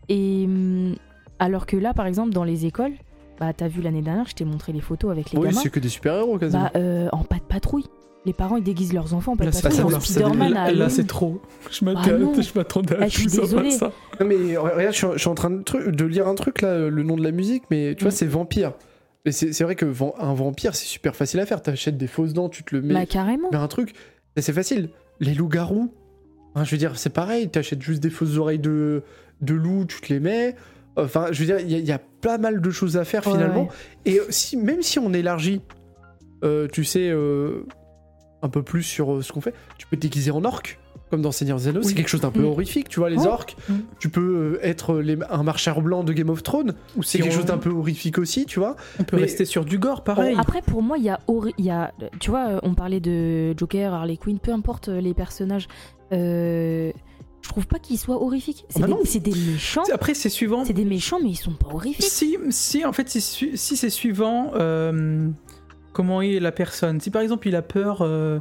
[SPEAKER 2] Et hum, alors que là, par exemple, dans les écoles, bah t'as vu l'année dernière, je t'ai montré les photos avec les
[SPEAKER 1] Oui,
[SPEAKER 2] gamins.
[SPEAKER 1] c'est que des super-héros, quasiment.
[SPEAKER 2] Bah, euh, en pas de patrouille. Les parents, ils déguisent leurs enfants en pas
[SPEAKER 3] Là,
[SPEAKER 2] de
[SPEAKER 3] c'est-
[SPEAKER 1] Ah,
[SPEAKER 2] patrouille.
[SPEAKER 1] ça
[SPEAKER 2] en
[SPEAKER 1] dégueulasse, ça
[SPEAKER 2] Spider-Man
[SPEAKER 3] là,
[SPEAKER 2] à
[SPEAKER 3] là,
[SPEAKER 2] Halloween.
[SPEAKER 3] c'est trop. Je
[SPEAKER 2] Ah non.
[SPEAKER 3] m'attends, je m'attendais à
[SPEAKER 2] Ah, je suis
[SPEAKER 3] tout sauf à
[SPEAKER 2] désolée.
[SPEAKER 3] ça.
[SPEAKER 1] Non, mais euh, regarde, je suis en, je suis en train de, tru- de lire un truc, là, euh, le nom de la musique, mais tu vois,
[SPEAKER 2] Mm.
[SPEAKER 1] c'est Vampire. Et c'est c'est vrai que van- un vampire, c'est super facile à faire. T'achètes des fausses dents, tu te le mets.
[SPEAKER 2] Bah, carrément.
[SPEAKER 1] Mais un truc, ça, c'est facile. Les loups-garous, hein, je veux dire, c'est pareil, t'achètes juste des fausses oreilles de, de loup, tu te les mets. Enfin, je veux dire, il y, a- il y a pas mal de choses à faire
[SPEAKER 2] Ouais,
[SPEAKER 1] finalement.
[SPEAKER 2] ouais.
[SPEAKER 1] Et euh, si, même si on élargit, euh, tu sais, euh, un peu plus sur euh, ce qu'on fait, tu peux te déguiser en orque, comme dans Seigneur Zeno,
[SPEAKER 3] Oui.
[SPEAKER 1] c'est quelque chose d'un peu
[SPEAKER 2] Mm.
[SPEAKER 1] horrifique, tu vois, les
[SPEAKER 2] Ouais.
[SPEAKER 1] orques.
[SPEAKER 3] Mm.
[SPEAKER 1] Tu peux euh, être les- un marcheur blanc de Game of Thrones,
[SPEAKER 3] Ou
[SPEAKER 1] c'est
[SPEAKER 3] si
[SPEAKER 1] quelque
[SPEAKER 3] on-
[SPEAKER 1] chose d'un peu horrifique aussi, tu vois.
[SPEAKER 3] On peut
[SPEAKER 1] Mais-
[SPEAKER 3] rester sur du gore, pareil.
[SPEAKER 2] Après, pour moi, il y a, hor- il y a- Tu vois, on parlait de Joker, Harley Quinn, peu importe les personnages. euh, je trouve pas qu'ils soient horrifiques. C'est
[SPEAKER 1] bah
[SPEAKER 2] des-
[SPEAKER 1] non.
[SPEAKER 2] c'est des, méchants.
[SPEAKER 3] Après, Ah c'est suivant.
[SPEAKER 2] C'est des méchants, mais ils sont pas horrifiques.
[SPEAKER 3] Si, si, en fait, si, su- si c'est suivant euh, comment est la personne. Si par exemple, il a peur euh,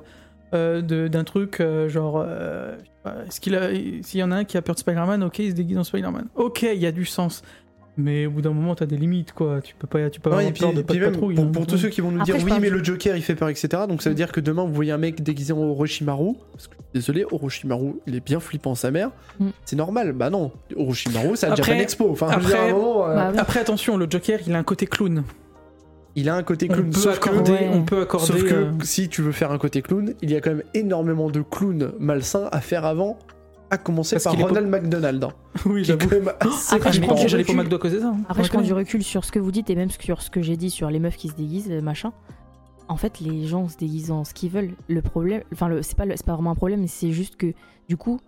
[SPEAKER 3] euh, de- d'un truc, euh, genre. euh, je sais pas, Est-ce qu'il a. S'il y en a un qui a peur de Spider-Man, ok, il se déguise en Spider-Man. Ok, il y a du sens. Mais au bout d'un moment, t'as des limites, quoi. Tu peux pas, tu peux
[SPEAKER 1] Non,
[SPEAKER 3] avoir
[SPEAKER 1] et puis,
[SPEAKER 3] peur de
[SPEAKER 1] et
[SPEAKER 3] pas
[SPEAKER 1] puis
[SPEAKER 3] de
[SPEAKER 1] même,
[SPEAKER 3] patrouille.
[SPEAKER 1] pour,
[SPEAKER 3] hein.
[SPEAKER 1] pour tous ceux qui vont nous
[SPEAKER 2] Après,
[SPEAKER 1] dire
[SPEAKER 2] je
[SPEAKER 1] oui,
[SPEAKER 2] parle
[SPEAKER 1] mais
[SPEAKER 2] du- Mm.
[SPEAKER 1] le Joker il fait peur, etc. Donc ça veut dire que demain vous voyez un mec déguisé en Orochimaru. Parce que désolé, Orochimaru il est bien flippant sa mère.
[SPEAKER 2] Mm.
[SPEAKER 1] C'est normal, bah non. Orochimaru c'est à
[SPEAKER 3] Après-
[SPEAKER 1] Japan Expo. Enfin, je veux dire, à un
[SPEAKER 3] après-
[SPEAKER 1] moment, euh,
[SPEAKER 2] Bah ouais.
[SPEAKER 3] Après, attention, le Joker, il a un côté clown.
[SPEAKER 1] il a un côté
[SPEAKER 3] On
[SPEAKER 1] clown.
[SPEAKER 3] peut,
[SPEAKER 1] Sauf que,
[SPEAKER 3] accorder,
[SPEAKER 2] Ouais.
[SPEAKER 3] on peut accorder.
[SPEAKER 1] sauf que
[SPEAKER 3] euh,
[SPEAKER 1] si tu veux faire un côté clown, il y a quand même énormément de clowns malsains à faire avant. À commencer
[SPEAKER 3] Parce
[SPEAKER 1] par
[SPEAKER 3] qu'il est
[SPEAKER 1] Ronald McDonald. hein,
[SPEAKER 3] oui,
[SPEAKER 1] qui est
[SPEAKER 3] j'avoue.
[SPEAKER 1] quand même assez
[SPEAKER 2] Après, je
[SPEAKER 3] Mais
[SPEAKER 1] flippant.
[SPEAKER 2] prends du
[SPEAKER 3] j'allais pas
[SPEAKER 2] recul.
[SPEAKER 3] au McDo à cause de ça. hein.
[SPEAKER 2] Après, je
[SPEAKER 3] On
[SPEAKER 2] prends du
[SPEAKER 3] reconnaît.
[SPEAKER 2] recul sur ce que vous dites et même sur ce que j'ai dit sur les meufs qui se déguisent, euh, machin. En fait, les gens se déguisent en ce qu'ils veulent. Le problème, enfin, le- c'est pas, le- c'est pas vraiment un problème, mais c'est juste que du coup,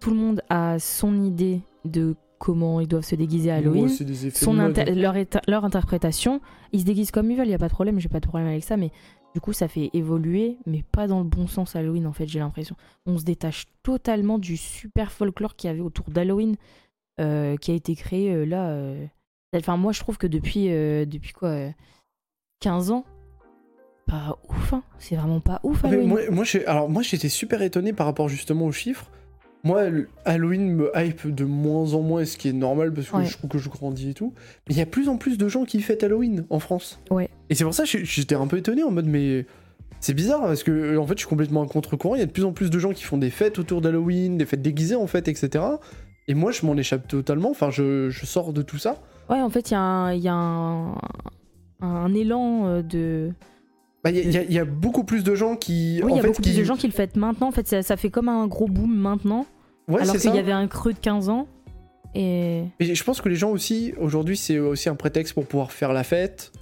[SPEAKER 2] tout le monde a son idée de comment ils doivent se déguiser à Halloween.
[SPEAKER 1] Ouais, Oh, c'est des effets de
[SPEAKER 2] son
[SPEAKER 1] mode.
[SPEAKER 2] inter- leur, éta- leur interprétation. Ils se déguisent comme ils veulent, il n'y a pas de problème, j'ai pas de problème avec ça, mais du coup, ça fait évoluer, mais pas dans le bon sens Halloween, en fait, j'ai l'impression. On se détache totalement du super folklore qu'il y avait autour d'Halloween, euh, qui a été créé euh, là. euh, Enfin, moi, je trouve que depuis, euh, depuis quoi euh, 15 ans Pas ouf, hein. C'est vraiment pas ouf,
[SPEAKER 1] Ah, mais
[SPEAKER 2] Halloween.
[SPEAKER 1] moi, moi, j'ai- alors moi j'étais super étonné par rapport justement aux chiffres. Moi, le- Halloween me hype de moins en moins, ce qui est normal parce que
[SPEAKER 2] Ouais.
[SPEAKER 1] je trouve que je grandis et tout. Mais il y a plus en plus de gens qui fêtent Halloween en France.
[SPEAKER 2] Ouais.
[SPEAKER 1] Et c'est pour ça que j'ai- j'étais un peu étonné en mode mais c'est bizarre parce que euh, en fait je suis complètement à contre-courant. Il y a de plus en plus de gens qui font des fêtes autour d'Halloween, des fêtes déguisées en fait, etc. Et moi je m'en échappe totalement. Enfin je, je sors de tout ça.
[SPEAKER 2] Ouais, en fait, il y a un, il y a un, un élan euh, de.
[SPEAKER 1] Bah, Il y, a- il y a- il y a beaucoup plus de gens qui
[SPEAKER 2] Oui, il
[SPEAKER 1] en
[SPEAKER 2] y a
[SPEAKER 1] fait
[SPEAKER 2] beaucoup
[SPEAKER 1] qui
[SPEAKER 2] plus de gens qui le fêtent maintenant. En fait, ça, ça fait comme un gros boom maintenant.
[SPEAKER 1] ouais,
[SPEAKER 2] alors
[SPEAKER 1] c'est
[SPEAKER 2] qu'il
[SPEAKER 1] ça.
[SPEAKER 2] y avait un creux de 15 ans. Et
[SPEAKER 1] Mais je pense que les gens aussi, aujourd'hui, c'est aussi un prétexte pour pouvoir faire la fête.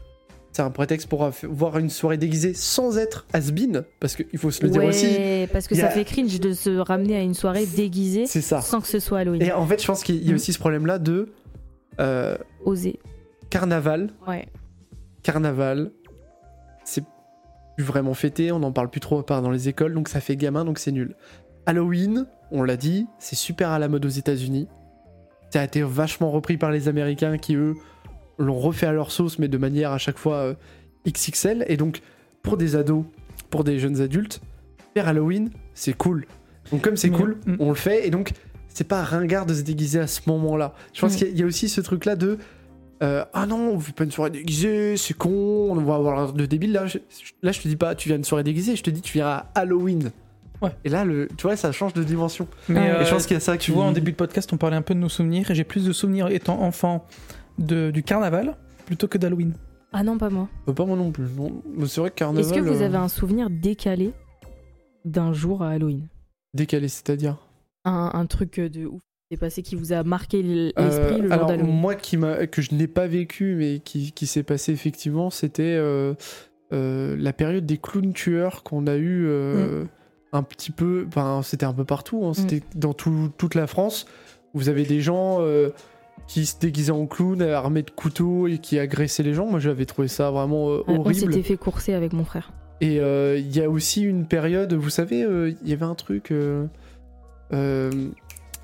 [SPEAKER 1] C'est un prétexte pour voir une soirée déguisée sans être has-been. Parce qu'il faut se le dire aussi.
[SPEAKER 2] Ouais, parce que
[SPEAKER 1] il y
[SPEAKER 2] ça
[SPEAKER 1] a-
[SPEAKER 2] fait cringe de se ramener à une soirée déguisée
[SPEAKER 1] C'est ça.
[SPEAKER 2] sans que ce soit Halloween.
[SPEAKER 1] Et en fait, je pense qu'il y a
[SPEAKER 2] Mhm.
[SPEAKER 1] aussi ce problème-là de euh,
[SPEAKER 2] Oser.
[SPEAKER 1] carnaval.
[SPEAKER 2] Ouais.
[SPEAKER 1] Carnaval, c'est plus vraiment fêté. On n'en parle plus trop à part dans les écoles. Donc ça fait gamin, donc c'est nul. Halloween, on l'a dit, c'est super à la mode aux États-Unis. Ça a été vachement repris par les Américains qui, eux, l'ont refait à leur sauce, mais de manière à chaque fois euh, XXL. Et donc, pour des ados, pour des jeunes adultes, faire Halloween, c'est cool. Donc, comme c'est
[SPEAKER 3] Mm.
[SPEAKER 1] cool,
[SPEAKER 3] Mm.
[SPEAKER 1] on le fait. Et donc, c'est pas ringard de se déguiser à ce moment-là. Je pense
[SPEAKER 2] Mm.
[SPEAKER 1] qu'il y a- il y a aussi ce truc-là de. euh, ah non, on fait pas une soirée déguisée, c'est con, on va avoir l'air de débile. Là je, là, je te dis pas, tu viens à une soirée déguisée, je te dis, tu viens à Halloween.
[SPEAKER 3] Ouais.
[SPEAKER 1] Et là, le, tu vois, ça change de dimension.
[SPEAKER 3] Mais,
[SPEAKER 2] Ouais.
[SPEAKER 1] et je
[SPEAKER 3] euh,
[SPEAKER 1] pense qu'il y a ça qui-
[SPEAKER 3] Tu vois, en début de podcast, on parlait un peu de nos souvenirs, et j'ai plus de souvenirs étant enfant de, du carnaval plutôt que d'Halloween.
[SPEAKER 2] Ah non, pas moi.
[SPEAKER 1] Euh, Pas moi non plus. non. Mais C'est vrai que carnaval.
[SPEAKER 2] Est-ce que vous
[SPEAKER 1] euh,
[SPEAKER 2] avez un souvenir décalé d'un jour à Halloween
[SPEAKER 1] Décalé, c'est-à-dire
[SPEAKER 2] un, un truc euh, de ouf qui s'est passé qui vous a marqué l- l'esprit
[SPEAKER 1] Euh,
[SPEAKER 2] le jour
[SPEAKER 1] alors
[SPEAKER 2] d'Halloween
[SPEAKER 1] moi qui m'a que je n'ai pas vécu mais qui, qui s'est passé effectivement c'était euh, euh, la période des clowns tueurs qu'on a eu euh, un petit peu enfin c'était un peu partout hein, c'était
[SPEAKER 2] Mm.
[SPEAKER 1] dans tout- toute la France vous avez des gens euh, qui se déguisaient en clown armés de couteaux et qui agressaient les gens moi j'avais trouvé ça vraiment euh,
[SPEAKER 2] Ouais, Ah, On
[SPEAKER 1] horrible
[SPEAKER 2] s'était fait courser avec mon frère.
[SPEAKER 1] et euh, il y a aussi une période, vous savez, euh, il y avait un truc. euh, euh,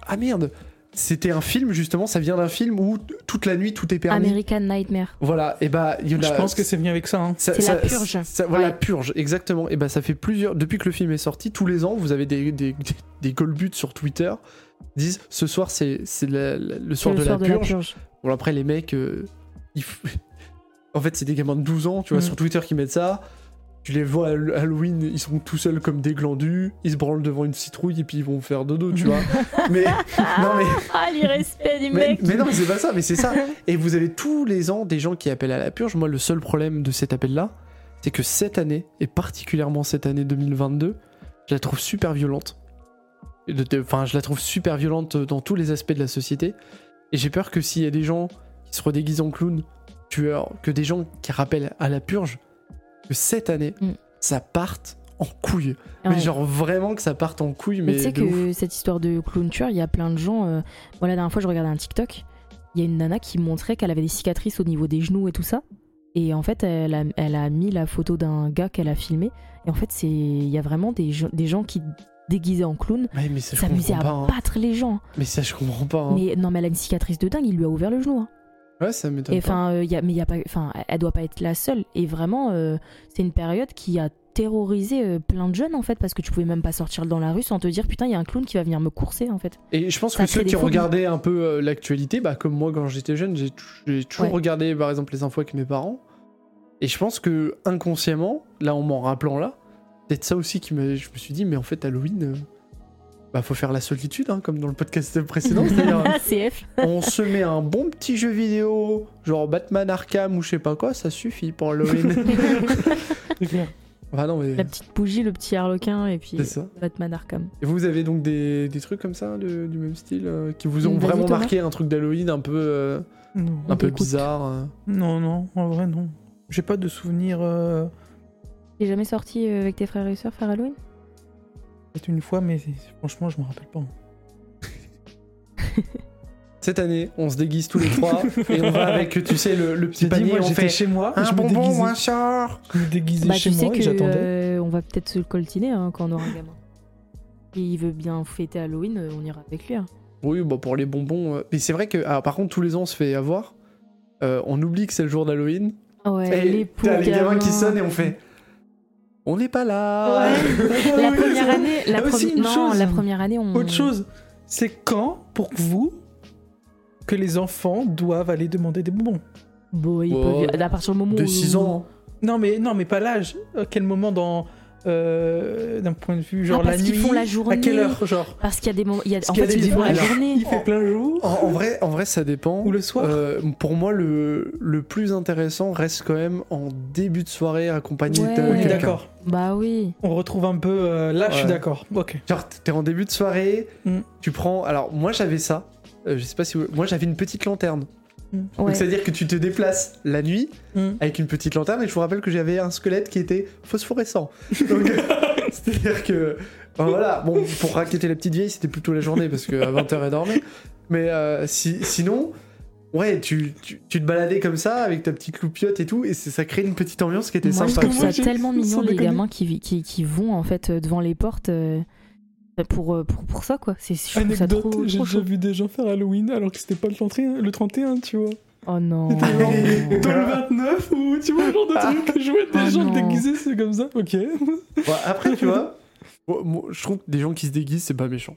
[SPEAKER 1] ah merde C'était un film, justement, ça vient d'un film où t- toute la nuit tout est permis.
[SPEAKER 2] American Nightmare.
[SPEAKER 1] Voilà, et bah, il y en a.
[SPEAKER 3] Je pense que c'est venu avec ça. hein.
[SPEAKER 1] ça-
[SPEAKER 2] C'est
[SPEAKER 1] ça-
[SPEAKER 2] la purge.
[SPEAKER 1] ça- voilà,
[SPEAKER 2] Ouais.
[SPEAKER 1] purge, exactement. Et bah, ça fait plusieurs. Depuis que le film est sorti, tous les ans, vous avez des, des, des, des golbuts sur Twitter qui disent ce soir, c'est c'est la- la- le
[SPEAKER 2] C'est
[SPEAKER 1] soir
[SPEAKER 2] le
[SPEAKER 1] de,
[SPEAKER 2] soir
[SPEAKER 1] la,
[SPEAKER 2] de la
[SPEAKER 1] purge.
[SPEAKER 2] purge.
[SPEAKER 1] Bon, après, les mecs, euh, ils f- en fait, c'est des gamins de 12 ans, tu vois,
[SPEAKER 3] Mhm.
[SPEAKER 1] sur Twitter qui mettent ça. Tu les vois à l- Halloween, ils sont tout seuls comme des glandus, ils se branlent devant une citrouille et puis ils vont faire dodo, tu vois. mais non, mais,
[SPEAKER 2] Ah, l'irrespect des
[SPEAKER 1] mais, mais non, mais c'est pas ça, mais c'est ça. Et vous avez tous les ans des gens qui appellent à la purge. Moi, le seul problème de cet appel-là, c'est que cette année, et particulièrement cette année 2022, je la trouve super violente. Et de- de- Enfin, je la trouve super violente dans tous les aspects de la société. Et j'ai peur que s'il y a des gens qui se redéguisent en clown, tueurs, que des gens qui rappellent à la purge, que cette année,
[SPEAKER 2] Mm.
[SPEAKER 1] ça parte en couille. Mais genre vraiment que ça parte en couille,
[SPEAKER 2] Mais
[SPEAKER 1] mais,
[SPEAKER 2] tu sais
[SPEAKER 1] de ouf.
[SPEAKER 2] que cette histoire de clown tueur, il y a plein de gens. euh, Moi, la dernière fois, je regardais un TikTok. Il y a une nana qui montrait qu'elle avait des cicatrices au niveau des genoux et tout ça. Et en fait, elle a, elle a mis la photo d'un gars qu'elle a filmé. Et en fait, c'est il y a vraiment des, gens- des gens qui déguisé en clown,
[SPEAKER 1] Ouais, mais ça, je
[SPEAKER 2] s'amusait
[SPEAKER 1] comprends
[SPEAKER 2] à
[SPEAKER 1] pas. hein.
[SPEAKER 2] battre les gens.
[SPEAKER 1] Mais ça, je comprends pas. hein.
[SPEAKER 2] Mais non, mais elle a une cicatrice de dingue, il lui a ouvert le genou. hein.
[SPEAKER 1] Ouais, ça m'étonne.
[SPEAKER 2] Et
[SPEAKER 1] pas.
[SPEAKER 2] enfin, euh, y a- mais y a pas, enfin, elle doit pas être la seule. Et vraiment, euh, c'est une période qui a terrorisé euh, plein de jeunes en fait, parce que tu pouvais même pas sortir dans la rue sans te dire putain, il y a un clown qui va venir me courser en fait.
[SPEAKER 1] Et je pense
[SPEAKER 2] Ça
[SPEAKER 1] que ceux
[SPEAKER 2] crée des
[SPEAKER 1] qui
[SPEAKER 2] phobies.
[SPEAKER 1] regardaient un peu euh, l'actualité, bah, comme moi quand j'étais jeune, j'ai tou- j'ai toujours
[SPEAKER 2] Ouais.
[SPEAKER 1] regardé par exemple les infos avec mes parents. Et je pense que inconsciemment, là en m'en rappelant là, peut-être ça aussi qui me, je me suis dit, mais en fait Halloween, euh, bah faut faire la solitude, hein, comme dans le podcast précédent. C'est-à-dire,
[SPEAKER 2] Ah, CF.
[SPEAKER 1] on se met un bon petit jeu vidéo, genre Batman Arkham ou je sais pas quoi, ça suffit pour Halloween.
[SPEAKER 3] C'est clair.
[SPEAKER 1] bah non mais
[SPEAKER 2] La petite bougie, le petit harlequin et puis euh,
[SPEAKER 1] c'est ça.
[SPEAKER 2] Batman Arkham.
[SPEAKER 1] Et vous avez donc des, des trucs comme ça de- du même style euh, qui vous ont
[SPEAKER 2] Vas-y,
[SPEAKER 1] vraiment
[SPEAKER 2] Thomas.
[SPEAKER 1] marqué un truc d'Halloween un peu. euh,
[SPEAKER 3] Non.
[SPEAKER 1] un peu
[SPEAKER 2] t'écoute.
[SPEAKER 1] bizarre. euh.
[SPEAKER 3] non, non, en vrai, non. J'ai pas de souvenir. euh,
[SPEAKER 2] T'es jamais sorti euh, avec tes frères et sœurs faire Halloween
[SPEAKER 3] Peut-être une fois, mais c'est- franchement, je me rappelle pas.
[SPEAKER 1] Cette année, on se déguise tous les trois et on va avec, tu sais, le, le petit
[SPEAKER 3] J'ai dit,
[SPEAKER 1] panier,
[SPEAKER 3] moi,
[SPEAKER 1] on
[SPEAKER 3] j'étais
[SPEAKER 1] fait
[SPEAKER 3] chez moi, je
[SPEAKER 1] un
[SPEAKER 3] me
[SPEAKER 1] bonbon
[SPEAKER 3] déguisais,
[SPEAKER 1] ou un char.
[SPEAKER 3] je me déguisais
[SPEAKER 2] Bah,
[SPEAKER 3] chez
[SPEAKER 2] tu sais
[SPEAKER 3] moi et
[SPEAKER 2] que
[SPEAKER 3] j'attendais.
[SPEAKER 2] euh, on va peut-être se le coltiner hein, quand on aura un gamin. S'il veut bien fêter Halloween, euh, on ira avec lui. hein.
[SPEAKER 1] Oui, bah pour les bonbons. euh. Mais c'est vrai que, alors, par contre, tous les ans, on se fait avoir. Euh, on oublie que c'est le jour d'Halloween.
[SPEAKER 2] Ouais, les pauvres
[SPEAKER 1] Eh, t'as les gamins qui
[SPEAKER 2] gamins.
[SPEAKER 1] sonnent et on fait. On n'est pas là.
[SPEAKER 3] Ouais.
[SPEAKER 2] La première année, la,
[SPEAKER 3] Ah, aussi,
[SPEAKER 2] premi-
[SPEAKER 3] une
[SPEAKER 2] non,
[SPEAKER 3] chose.
[SPEAKER 2] la première année, on.
[SPEAKER 3] Autre chose, c'est quand, pour vous, que les enfants doivent aller demander des bonbons
[SPEAKER 2] Bon, ils
[SPEAKER 1] Wow.
[SPEAKER 2] peuvent- À partir du moment
[SPEAKER 1] De
[SPEAKER 2] où-
[SPEAKER 1] 6 ans.
[SPEAKER 3] Non, mais non, mais pas l'âge. À quel moment dans euh, d'un point de vue genre
[SPEAKER 2] Ah, parce
[SPEAKER 3] la
[SPEAKER 2] qu'ils
[SPEAKER 3] nuit
[SPEAKER 2] font la
[SPEAKER 3] À
[SPEAKER 2] journée.
[SPEAKER 3] quelle heure genre
[SPEAKER 2] Parce qu'il y a des moments. il Y a... En
[SPEAKER 3] qu'il y a
[SPEAKER 2] fait,
[SPEAKER 3] des
[SPEAKER 2] ils font la
[SPEAKER 1] dimanches.
[SPEAKER 2] journée.
[SPEAKER 3] Il fait plein jour
[SPEAKER 1] En, en vrai, en vrai, ça dépend.
[SPEAKER 3] ou le soir
[SPEAKER 1] Euh, pour moi, le, le plus intéressant reste quand même en début de soirée accompagné
[SPEAKER 2] Ouais.
[SPEAKER 1] de
[SPEAKER 2] Oui,
[SPEAKER 3] Oui,
[SPEAKER 1] quelqu'un.
[SPEAKER 3] d'accord.
[SPEAKER 2] Bah oui.
[SPEAKER 3] On retrouve un peu euh, là, je suis
[SPEAKER 1] Ouais.
[SPEAKER 3] d'accord. OK.
[SPEAKER 1] Genre, t'es en début de soirée,
[SPEAKER 3] Mm.
[SPEAKER 1] tu prends. Alors, moi j'avais ça. Euh, je sais pas si vous... Moi j'avais une petite lanterne.
[SPEAKER 2] Ouais.
[SPEAKER 1] Donc, c'est-à-dire que tu te déplaces la nuit
[SPEAKER 3] Mm.
[SPEAKER 1] avec une petite lanterne et je vous rappelle que j'avais un squelette qui était phosphorescent. Donc, c'est-à-dire que. ben, voilà, bon, pour raqueter la petite vieille, c'était plutôt la journée parce qu'à 20h elle dormait. Mais euh, si- sinon. Ouais, tu, tu, tu te baladais comme ça avec ta petite loupiote et tout, et c'est- ça crée une petite ambiance qui était
[SPEAKER 2] Moi, je
[SPEAKER 1] sympa.
[SPEAKER 2] trouve
[SPEAKER 3] Moi,
[SPEAKER 2] ça
[SPEAKER 3] j'ai-
[SPEAKER 2] tellement mignon
[SPEAKER 3] sans
[SPEAKER 2] les
[SPEAKER 3] déconner.
[SPEAKER 2] gamins qui, vi- qui, qui vont en fait euh, devant les portes euh, pour, euh, pour, pour ça quoi. C'est je trouve ça trop,
[SPEAKER 3] Anecdote,
[SPEAKER 2] trop
[SPEAKER 3] j'ai déjà
[SPEAKER 2] chaud.
[SPEAKER 3] vu des gens faire Halloween alors que c'était pas le 31, le 31, tu vois.
[SPEAKER 2] Oh non.
[SPEAKER 3] Dans le 29 ou tu vois le genre de truc, je vois des
[SPEAKER 2] Ah
[SPEAKER 3] gens
[SPEAKER 2] non.
[SPEAKER 3] déguisés, c'est comme ça. OK.
[SPEAKER 1] Bon, après, tu vois, moi- moi, je trouve que des gens qui se déguisent, c'est pas méchant.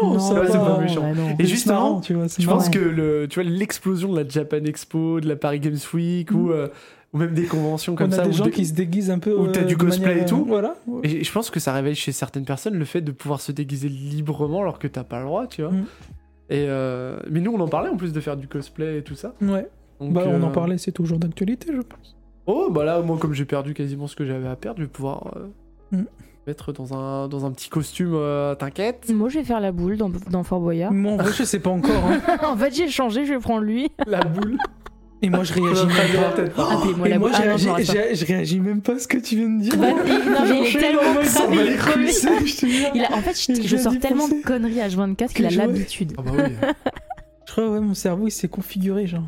[SPEAKER 3] Non,
[SPEAKER 2] Non,
[SPEAKER 3] ça
[SPEAKER 1] ouais,
[SPEAKER 3] va.
[SPEAKER 1] c'est pas méchant.
[SPEAKER 2] bah non.
[SPEAKER 1] Et
[SPEAKER 3] C'est
[SPEAKER 1] justement,
[SPEAKER 3] marrant, tu vois, c'est
[SPEAKER 1] Je
[SPEAKER 3] marrant.
[SPEAKER 1] pense que le, tu vois l'explosion de la Japan Expo, de la Paris Games Week ou, euh, ou même des conventions comme
[SPEAKER 3] Mm. on a
[SPEAKER 1] ça.
[SPEAKER 3] des
[SPEAKER 1] où
[SPEAKER 3] gens
[SPEAKER 1] des-
[SPEAKER 3] qui se déguisent un peu
[SPEAKER 1] où t'as
[SPEAKER 3] euh,
[SPEAKER 1] du
[SPEAKER 3] de
[SPEAKER 1] cosplay
[SPEAKER 3] manière,
[SPEAKER 1] et tout.
[SPEAKER 3] euh, Voilà.
[SPEAKER 1] Et je pense que ça réveille chez certaines personnes le fait de pouvoir se déguiser librement alors que t'as pas le droit, tu vois.
[SPEAKER 3] Mm.
[SPEAKER 1] Et euh, mais nous on en parlait en plus de faire du cosplay et tout ça.
[SPEAKER 3] Ouais.
[SPEAKER 1] Donc,
[SPEAKER 3] bah on
[SPEAKER 1] euh,
[SPEAKER 3] en parlait, c'est toujours d'actualité, je pense.
[SPEAKER 1] Oh bah là moi comme j'ai perdu quasiment ce que j'avais à perdre, je vais pouvoir euh,
[SPEAKER 3] Mm.
[SPEAKER 1] mettre dans un dans un petit costume. euh, T'inquiète.
[SPEAKER 2] Moi, je vais faire la boule dans, dans Fort Boyard.
[SPEAKER 3] Moi, en vrai, je sais pas encore. hein.
[SPEAKER 2] en fait, j'ai changé, je vais prendre lui.
[SPEAKER 3] Oh,
[SPEAKER 1] La boule.
[SPEAKER 3] Et moi, je
[SPEAKER 1] On est en
[SPEAKER 3] réagis
[SPEAKER 1] train de
[SPEAKER 3] même
[SPEAKER 1] voir
[SPEAKER 3] pas.
[SPEAKER 1] peut-être.
[SPEAKER 2] Appelez-moi
[SPEAKER 3] Et
[SPEAKER 2] la
[SPEAKER 3] moi,
[SPEAKER 2] boule.
[SPEAKER 3] je
[SPEAKER 2] Ah non,
[SPEAKER 3] réagis,
[SPEAKER 2] je m'arrête pas.
[SPEAKER 3] je- je réagis même pas à ce que tu viens de dire.
[SPEAKER 2] Bah, il- non, mais il est
[SPEAKER 3] J'enchaîne,
[SPEAKER 2] tellement
[SPEAKER 3] moi, il s'en
[SPEAKER 2] cramé,
[SPEAKER 3] bat les
[SPEAKER 2] il est crevé.
[SPEAKER 3] couilles, c'est- je te jure.
[SPEAKER 2] Il a- en fait, je,
[SPEAKER 3] Et
[SPEAKER 2] je
[SPEAKER 3] je
[SPEAKER 2] sors
[SPEAKER 3] viens d'y
[SPEAKER 2] tellement de
[SPEAKER 3] penser.
[SPEAKER 2] conneries à 24 qu'il
[SPEAKER 3] Que
[SPEAKER 2] a
[SPEAKER 3] je vois-
[SPEAKER 2] l'habitude.
[SPEAKER 1] Ah bah oui.
[SPEAKER 3] Je crois, ouais, mon cerveau, il s'est configuré, genre.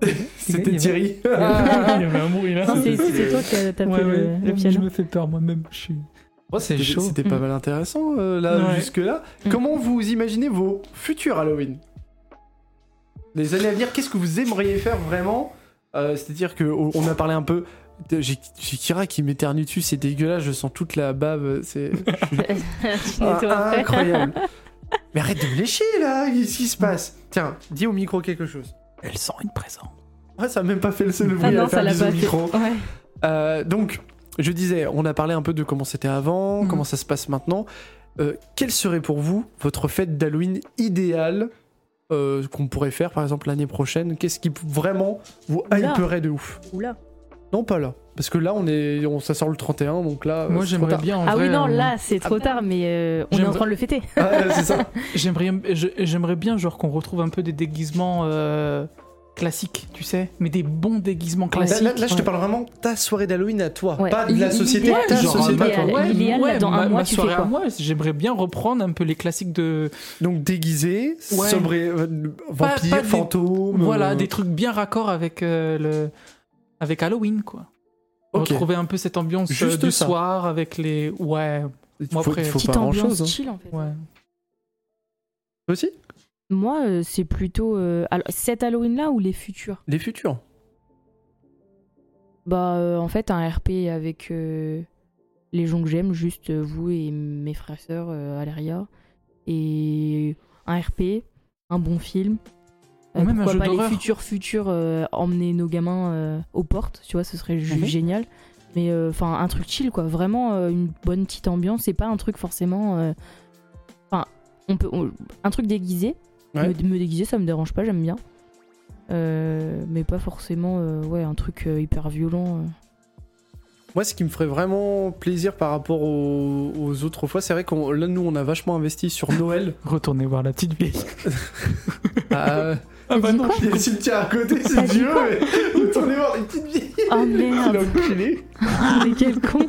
[SPEAKER 1] C'était
[SPEAKER 3] Il y avait-
[SPEAKER 1] Thierry.
[SPEAKER 3] Il y avait un bruit, là.
[SPEAKER 2] Non, c'est Ah. c'est toi qui as tapé
[SPEAKER 3] Ouais,
[SPEAKER 2] le,
[SPEAKER 3] ouais.
[SPEAKER 2] le
[SPEAKER 3] Je
[SPEAKER 2] piano.
[SPEAKER 3] me fais peur moi-même. Je suis...
[SPEAKER 1] Moi, c'était
[SPEAKER 3] chaud.
[SPEAKER 1] c'était pas
[SPEAKER 2] Mm.
[SPEAKER 1] mal intéressant euh, là
[SPEAKER 3] Ouais.
[SPEAKER 1] jusque là.
[SPEAKER 2] Mm.
[SPEAKER 1] Comment vous imaginez vos futurs Halloween Les années à venir, qu'est-ce que vous aimeriez faire vraiment Euh, C'est-à-dire que on on a parlé un peu. de- J'ai j'ai Kira qui m'éternue dessus, c'est dégueulasse. Je sens toute la bave, c'est
[SPEAKER 2] Tu
[SPEAKER 1] Ah,
[SPEAKER 2] nettoies après.
[SPEAKER 1] incroyable. Mais arrête de me lécher là, qu'est-ce qui se passe Tiens, dis au micro quelque chose.
[SPEAKER 3] Elle sent une présence.
[SPEAKER 1] Ouais, ça a même pas fait le seul bruit
[SPEAKER 2] Ah
[SPEAKER 1] à
[SPEAKER 2] non,
[SPEAKER 1] faire
[SPEAKER 2] ça l'a
[SPEAKER 1] bisous au
[SPEAKER 2] pas fait.
[SPEAKER 1] micro.
[SPEAKER 2] Ouais.
[SPEAKER 1] Euh, donc, je disais, on a parlé un peu de comment c'était avant,
[SPEAKER 3] Mhm.
[SPEAKER 1] comment ça se passe maintenant. Euh, quelle serait pour vous votre fête d'Halloween idéale euh, qu'on pourrait faire par exemple l'année prochaine Qu'est-ce qui p- vraiment vous
[SPEAKER 2] Là.
[SPEAKER 1] hyperait de ouf
[SPEAKER 2] Oula.
[SPEAKER 1] Non, pas là. Parce que là, on est, on, ça sort le 31, donc là. euh,
[SPEAKER 3] Moi,
[SPEAKER 1] c'est trop
[SPEAKER 3] j'aimerais
[SPEAKER 1] tard.
[SPEAKER 3] bien. En
[SPEAKER 2] Ah
[SPEAKER 3] vrai,
[SPEAKER 2] oui, non,
[SPEAKER 3] euh,
[SPEAKER 2] là, c'est trop tard, mais euh, on est en
[SPEAKER 3] J'aimerais-
[SPEAKER 2] train de le fêter.
[SPEAKER 1] Ah, c'est ça.
[SPEAKER 3] J'aimerais, je- j'aimerais bien genre qu'on retrouve un peu des déguisements euh, classiques, tu sais, mais des bons déguisements
[SPEAKER 1] Là,
[SPEAKER 3] classiques.
[SPEAKER 1] là- là, je te parle vraiment ta soirée d'Halloween à toi,
[SPEAKER 2] Ouais.
[SPEAKER 1] pas de la
[SPEAKER 2] L-
[SPEAKER 1] société.
[SPEAKER 2] l'idéal,
[SPEAKER 1] Ta
[SPEAKER 2] genre,
[SPEAKER 1] société à
[SPEAKER 2] l'idéal,
[SPEAKER 1] toi.
[SPEAKER 2] ouais. l'idéal, là, dans un
[SPEAKER 3] ma,
[SPEAKER 2] mois,
[SPEAKER 3] ma
[SPEAKER 2] tu fais
[SPEAKER 3] soirée à
[SPEAKER 2] quoi
[SPEAKER 3] moi, j'aimerais bien reprendre un peu les classiques de,
[SPEAKER 1] Donc déguisé,
[SPEAKER 3] Ouais.
[SPEAKER 1] sobre, euh,
[SPEAKER 3] Pas-
[SPEAKER 1] vampire,
[SPEAKER 3] pas des-
[SPEAKER 1] fantôme.
[SPEAKER 3] voilà,
[SPEAKER 1] euh,
[SPEAKER 3] des trucs bien raccords avec euh, le, avec Halloween quoi.
[SPEAKER 1] Ok.
[SPEAKER 3] Retrouver un peu cette ambiance euh,
[SPEAKER 1] Juste
[SPEAKER 3] du
[SPEAKER 1] ça.
[SPEAKER 3] soir avec les, ouais,
[SPEAKER 1] Il
[SPEAKER 3] Moi,
[SPEAKER 1] faut,
[SPEAKER 3] après,
[SPEAKER 1] il faut
[SPEAKER 2] Petite
[SPEAKER 1] pas grand
[SPEAKER 2] ambiance
[SPEAKER 3] hein.
[SPEAKER 1] chose.
[SPEAKER 2] chill en fait.
[SPEAKER 3] Ouais.
[SPEAKER 1] Toi aussi
[SPEAKER 2] Moi, euh, c'est plutôt euh, alors, cet Halloween-là ou les futurs
[SPEAKER 1] Les futurs.
[SPEAKER 2] Bah, euh, en fait, un RP avec euh, les gens que j'aime, juste euh, vous et mes frères sœurs, euh, Aléria, et un RP, un bon film.
[SPEAKER 3] Ou même un
[SPEAKER 2] pourquoi
[SPEAKER 3] jeu
[SPEAKER 2] pas les
[SPEAKER 3] d'horreur.
[SPEAKER 2] futurs futurs euh, emmener nos gamins euh, aux portes, tu vois, ce serait juste
[SPEAKER 3] Mhm.
[SPEAKER 2] génial. Mais euh, enfin, un truc chill, quoi. Vraiment euh, une bonne petite ambiance et pas un truc forcément. euh, Enfin, on peut on- un truc déguisé.
[SPEAKER 1] Ouais.
[SPEAKER 2] Me, me déguiser, ça me dérange pas, j'aime bien. Euh, mais pas forcément, euh, ouais, un truc euh, hyper violent. euh.
[SPEAKER 1] Moi, ce qui me ferait vraiment plaisir par rapport aux, aux autres fois, c'est vrai qu'on là, nous, on a vachement investi sur Noël.
[SPEAKER 3] Retournez voir la petite vieille.
[SPEAKER 1] Ah,
[SPEAKER 3] Ah bah
[SPEAKER 2] dit
[SPEAKER 3] non,
[SPEAKER 2] quoi
[SPEAKER 1] il y a le cimetière à côté,
[SPEAKER 2] T'as
[SPEAKER 1] c'est
[SPEAKER 2] dit
[SPEAKER 1] Dieu, mais retournez voir les petites vieilles.
[SPEAKER 2] Oh
[SPEAKER 1] Il a
[SPEAKER 2] merde,
[SPEAKER 1] enculé.
[SPEAKER 2] mais quel con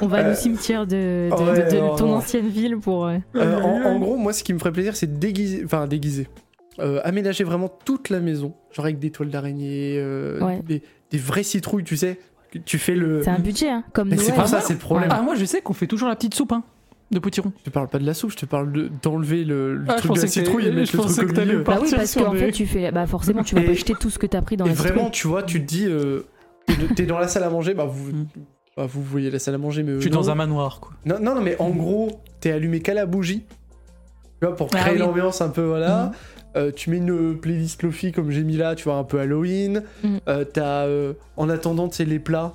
[SPEAKER 2] On va
[SPEAKER 1] Euh,
[SPEAKER 2] au cimetière de, de-
[SPEAKER 1] ouais,
[SPEAKER 2] de- de
[SPEAKER 1] non,
[SPEAKER 2] ton
[SPEAKER 1] non.
[SPEAKER 2] ancienne ville pour. euh,
[SPEAKER 1] Euh, en, en gros, moi, ce qui me ferait plaisir, c'est déguiser, enfin déguiser, Euh, aménager vraiment toute la maison, genre avec des toiles d'araignée, euh,
[SPEAKER 2] Ouais.
[SPEAKER 1] des, des vraies citrouilles, tu sais. que Tu fais le.
[SPEAKER 2] C'est un budget, hein, comme
[SPEAKER 1] Euh, Mais
[SPEAKER 2] Noël.
[SPEAKER 1] c'est pour ça,
[SPEAKER 2] hein.
[SPEAKER 1] c'est le problème.
[SPEAKER 2] Ouais.
[SPEAKER 3] Ah moi je sais qu'on fait toujours la petite soupe hein, de potiron.
[SPEAKER 1] Je te parle pas de la soupe, je te parle de- d'enlever le, le
[SPEAKER 3] Ah, je
[SPEAKER 1] truc de la
[SPEAKER 3] pensais que
[SPEAKER 1] citrouille et
[SPEAKER 3] t'allais-
[SPEAKER 1] mettre
[SPEAKER 3] je
[SPEAKER 1] le truc
[SPEAKER 3] pensais
[SPEAKER 1] au
[SPEAKER 3] que t'allais
[SPEAKER 1] milieu.
[SPEAKER 2] Bah oui,
[SPEAKER 3] partir
[SPEAKER 2] parce
[SPEAKER 3] sur
[SPEAKER 2] qu'en
[SPEAKER 3] des-
[SPEAKER 2] fait, tu fais. Bah forcément, tu vas
[SPEAKER 1] Et-
[SPEAKER 2] pas jeter tout ce que t'as pris dans
[SPEAKER 1] Et
[SPEAKER 2] la
[SPEAKER 1] vraiment,
[SPEAKER 2] citrouille.
[SPEAKER 1] tu vois, tu te dis, euh, t'es de- t'es dans la salle à manger, bah vous,
[SPEAKER 3] Mm.
[SPEAKER 1] bah, vous voyez la salle à manger, mais. euh,
[SPEAKER 3] Je suis
[SPEAKER 1] non.
[SPEAKER 3] dans un manoir quoi.
[SPEAKER 1] Non, non, non, mais en gros, t'es allumé qu'à la bougie, tu vois, pour
[SPEAKER 3] Ah
[SPEAKER 1] créer
[SPEAKER 3] oui.
[SPEAKER 1] l'ambiance un peu, voilà.
[SPEAKER 2] Mm.
[SPEAKER 1] Euh, tu mets une playlist Lofi comme j'ai mis là, tu vois, un peu Halloween.
[SPEAKER 2] Mhm.
[SPEAKER 1] Euh, t'as, euh, en attendant, tu sais, les plats.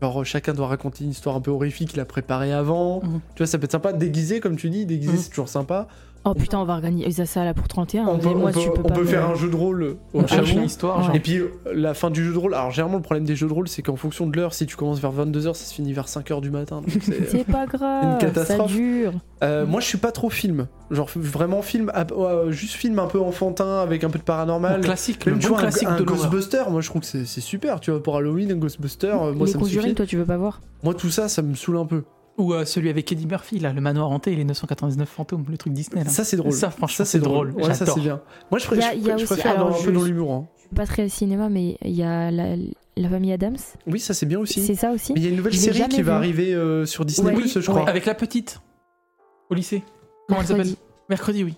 [SPEAKER 1] Genre, euh, chacun doit raconter une histoire un peu horrifique qu'il a préparée avant.
[SPEAKER 2] Mm.
[SPEAKER 3] Mhm.
[SPEAKER 1] Tu vois, ça peut être sympa. Déguisé, comme tu dis, déguisé,
[SPEAKER 3] Mhm.
[SPEAKER 1] c'est toujours sympa.
[SPEAKER 2] Oh putain, on va organiser ça là pour 31.
[SPEAKER 1] on
[SPEAKER 2] mais
[SPEAKER 1] peut,
[SPEAKER 2] moi,
[SPEAKER 1] on peut-
[SPEAKER 2] tu peux
[SPEAKER 1] on
[SPEAKER 2] pas
[SPEAKER 1] peut
[SPEAKER 2] me-
[SPEAKER 1] faire un jeu de rôle au
[SPEAKER 2] Ah,
[SPEAKER 3] On cherche
[SPEAKER 1] Halloween.
[SPEAKER 3] une histoire
[SPEAKER 2] Ouais.
[SPEAKER 3] genre.
[SPEAKER 1] Et puis, euh, la fin du jeu de rôle. Alors, généralement, le problème des jeux de rôle, c'est qu'en fonction de l'heure, si tu commences vers 22h, ça se finit vers 5h du matin. donc c'est-
[SPEAKER 2] C'est pas grave, ça
[SPEAKER 1] catastrophe.
[SPEAKER 2] dure.
[SPEAKER 1] Euh, moi, je suis pas trop film. Genre vraiment film, à- euh, juste film un peu enfantin avec un peu de paranormal.
[SPEAKER 3] Bon, classique,
[SPEAKER 1] Même
[SPEAKER 3] le
[SPEAKER 1] tu
[SPEAKER 3] bon
[SPEAKER 1] vois, un,
[SPEAKER 3] classique
[SPEAKER 1] un
[SPEAKER 3] de l'horreur.
[SPEAKER 1] Ghostbuster, moi je trouve que c'est c'est super. Tu vois, pour Halloween, un Ghostbuster, euh, moi
[SPEAKER 2] les
[SPEAKER 1] ça me suffit.
[SPEAKER 2] conjuring, toi, tu veux pas voir
[SPEAKER 1] Moi, tout ça, ça me saoule un peu.
[SPEAKER 3] Ou euh, celui avec Eddie Murphy là, le manoir hanté et les 999 fantômes, le truc Disney là.
[SPEAKER 1] Ça, c'est drôle.
[SPEAKER 3] Ça, franchement, c'est drôle.
[SPEAKER 1] Ouais, ça, c'est
[SPEAKER 3] J'adore.
[SPEAKER 1] bien. Moi, je,
[SPEAKER 2] Il y
[SPEAKER 1] préfère
[SPEAKER 2] a- il y a
[SPEAKER 1] je
[SPEAKER 2] aussi-
[SPEAKER 1] préfère
[SPEAKER 2] alors,
[SPEAKER 1] dans- un peu
[SPEAKER 2] je-
[SPEAKER 1] dans l'humour. hein.
[SPEAKER 2] Je suis pas très cinéma, mais il y a la, la famille Adams.
[SPEAKER 1] Oui, ça, c'est bien aussi.
[SPEAKER 2] C'est ça aussi
[SPEAKER 1] Mais il y a une nouvelle
[SPEAKER 2] Je l'ai
[SPEAKER 1] série
[SPEAKER 2] jamais
[SPEAKER 1] qui va
[SPEAKER 2] vu.
[SPEAKER 1] arriver euh, sur Disney+,
[SPEAKER 2] Ouais.
[SPEAKER 1] Plus, je
[SPEAKER 2] Oui,
[SPEAKER 1] crois.
[SPEAKER 2] ouais.
[SPEAKER 3] Avec la petite au lycée. Comment elle
[SPEAKER 2] Mercredi.
[SPEAKER 3] s'appelle Mercredi, oui.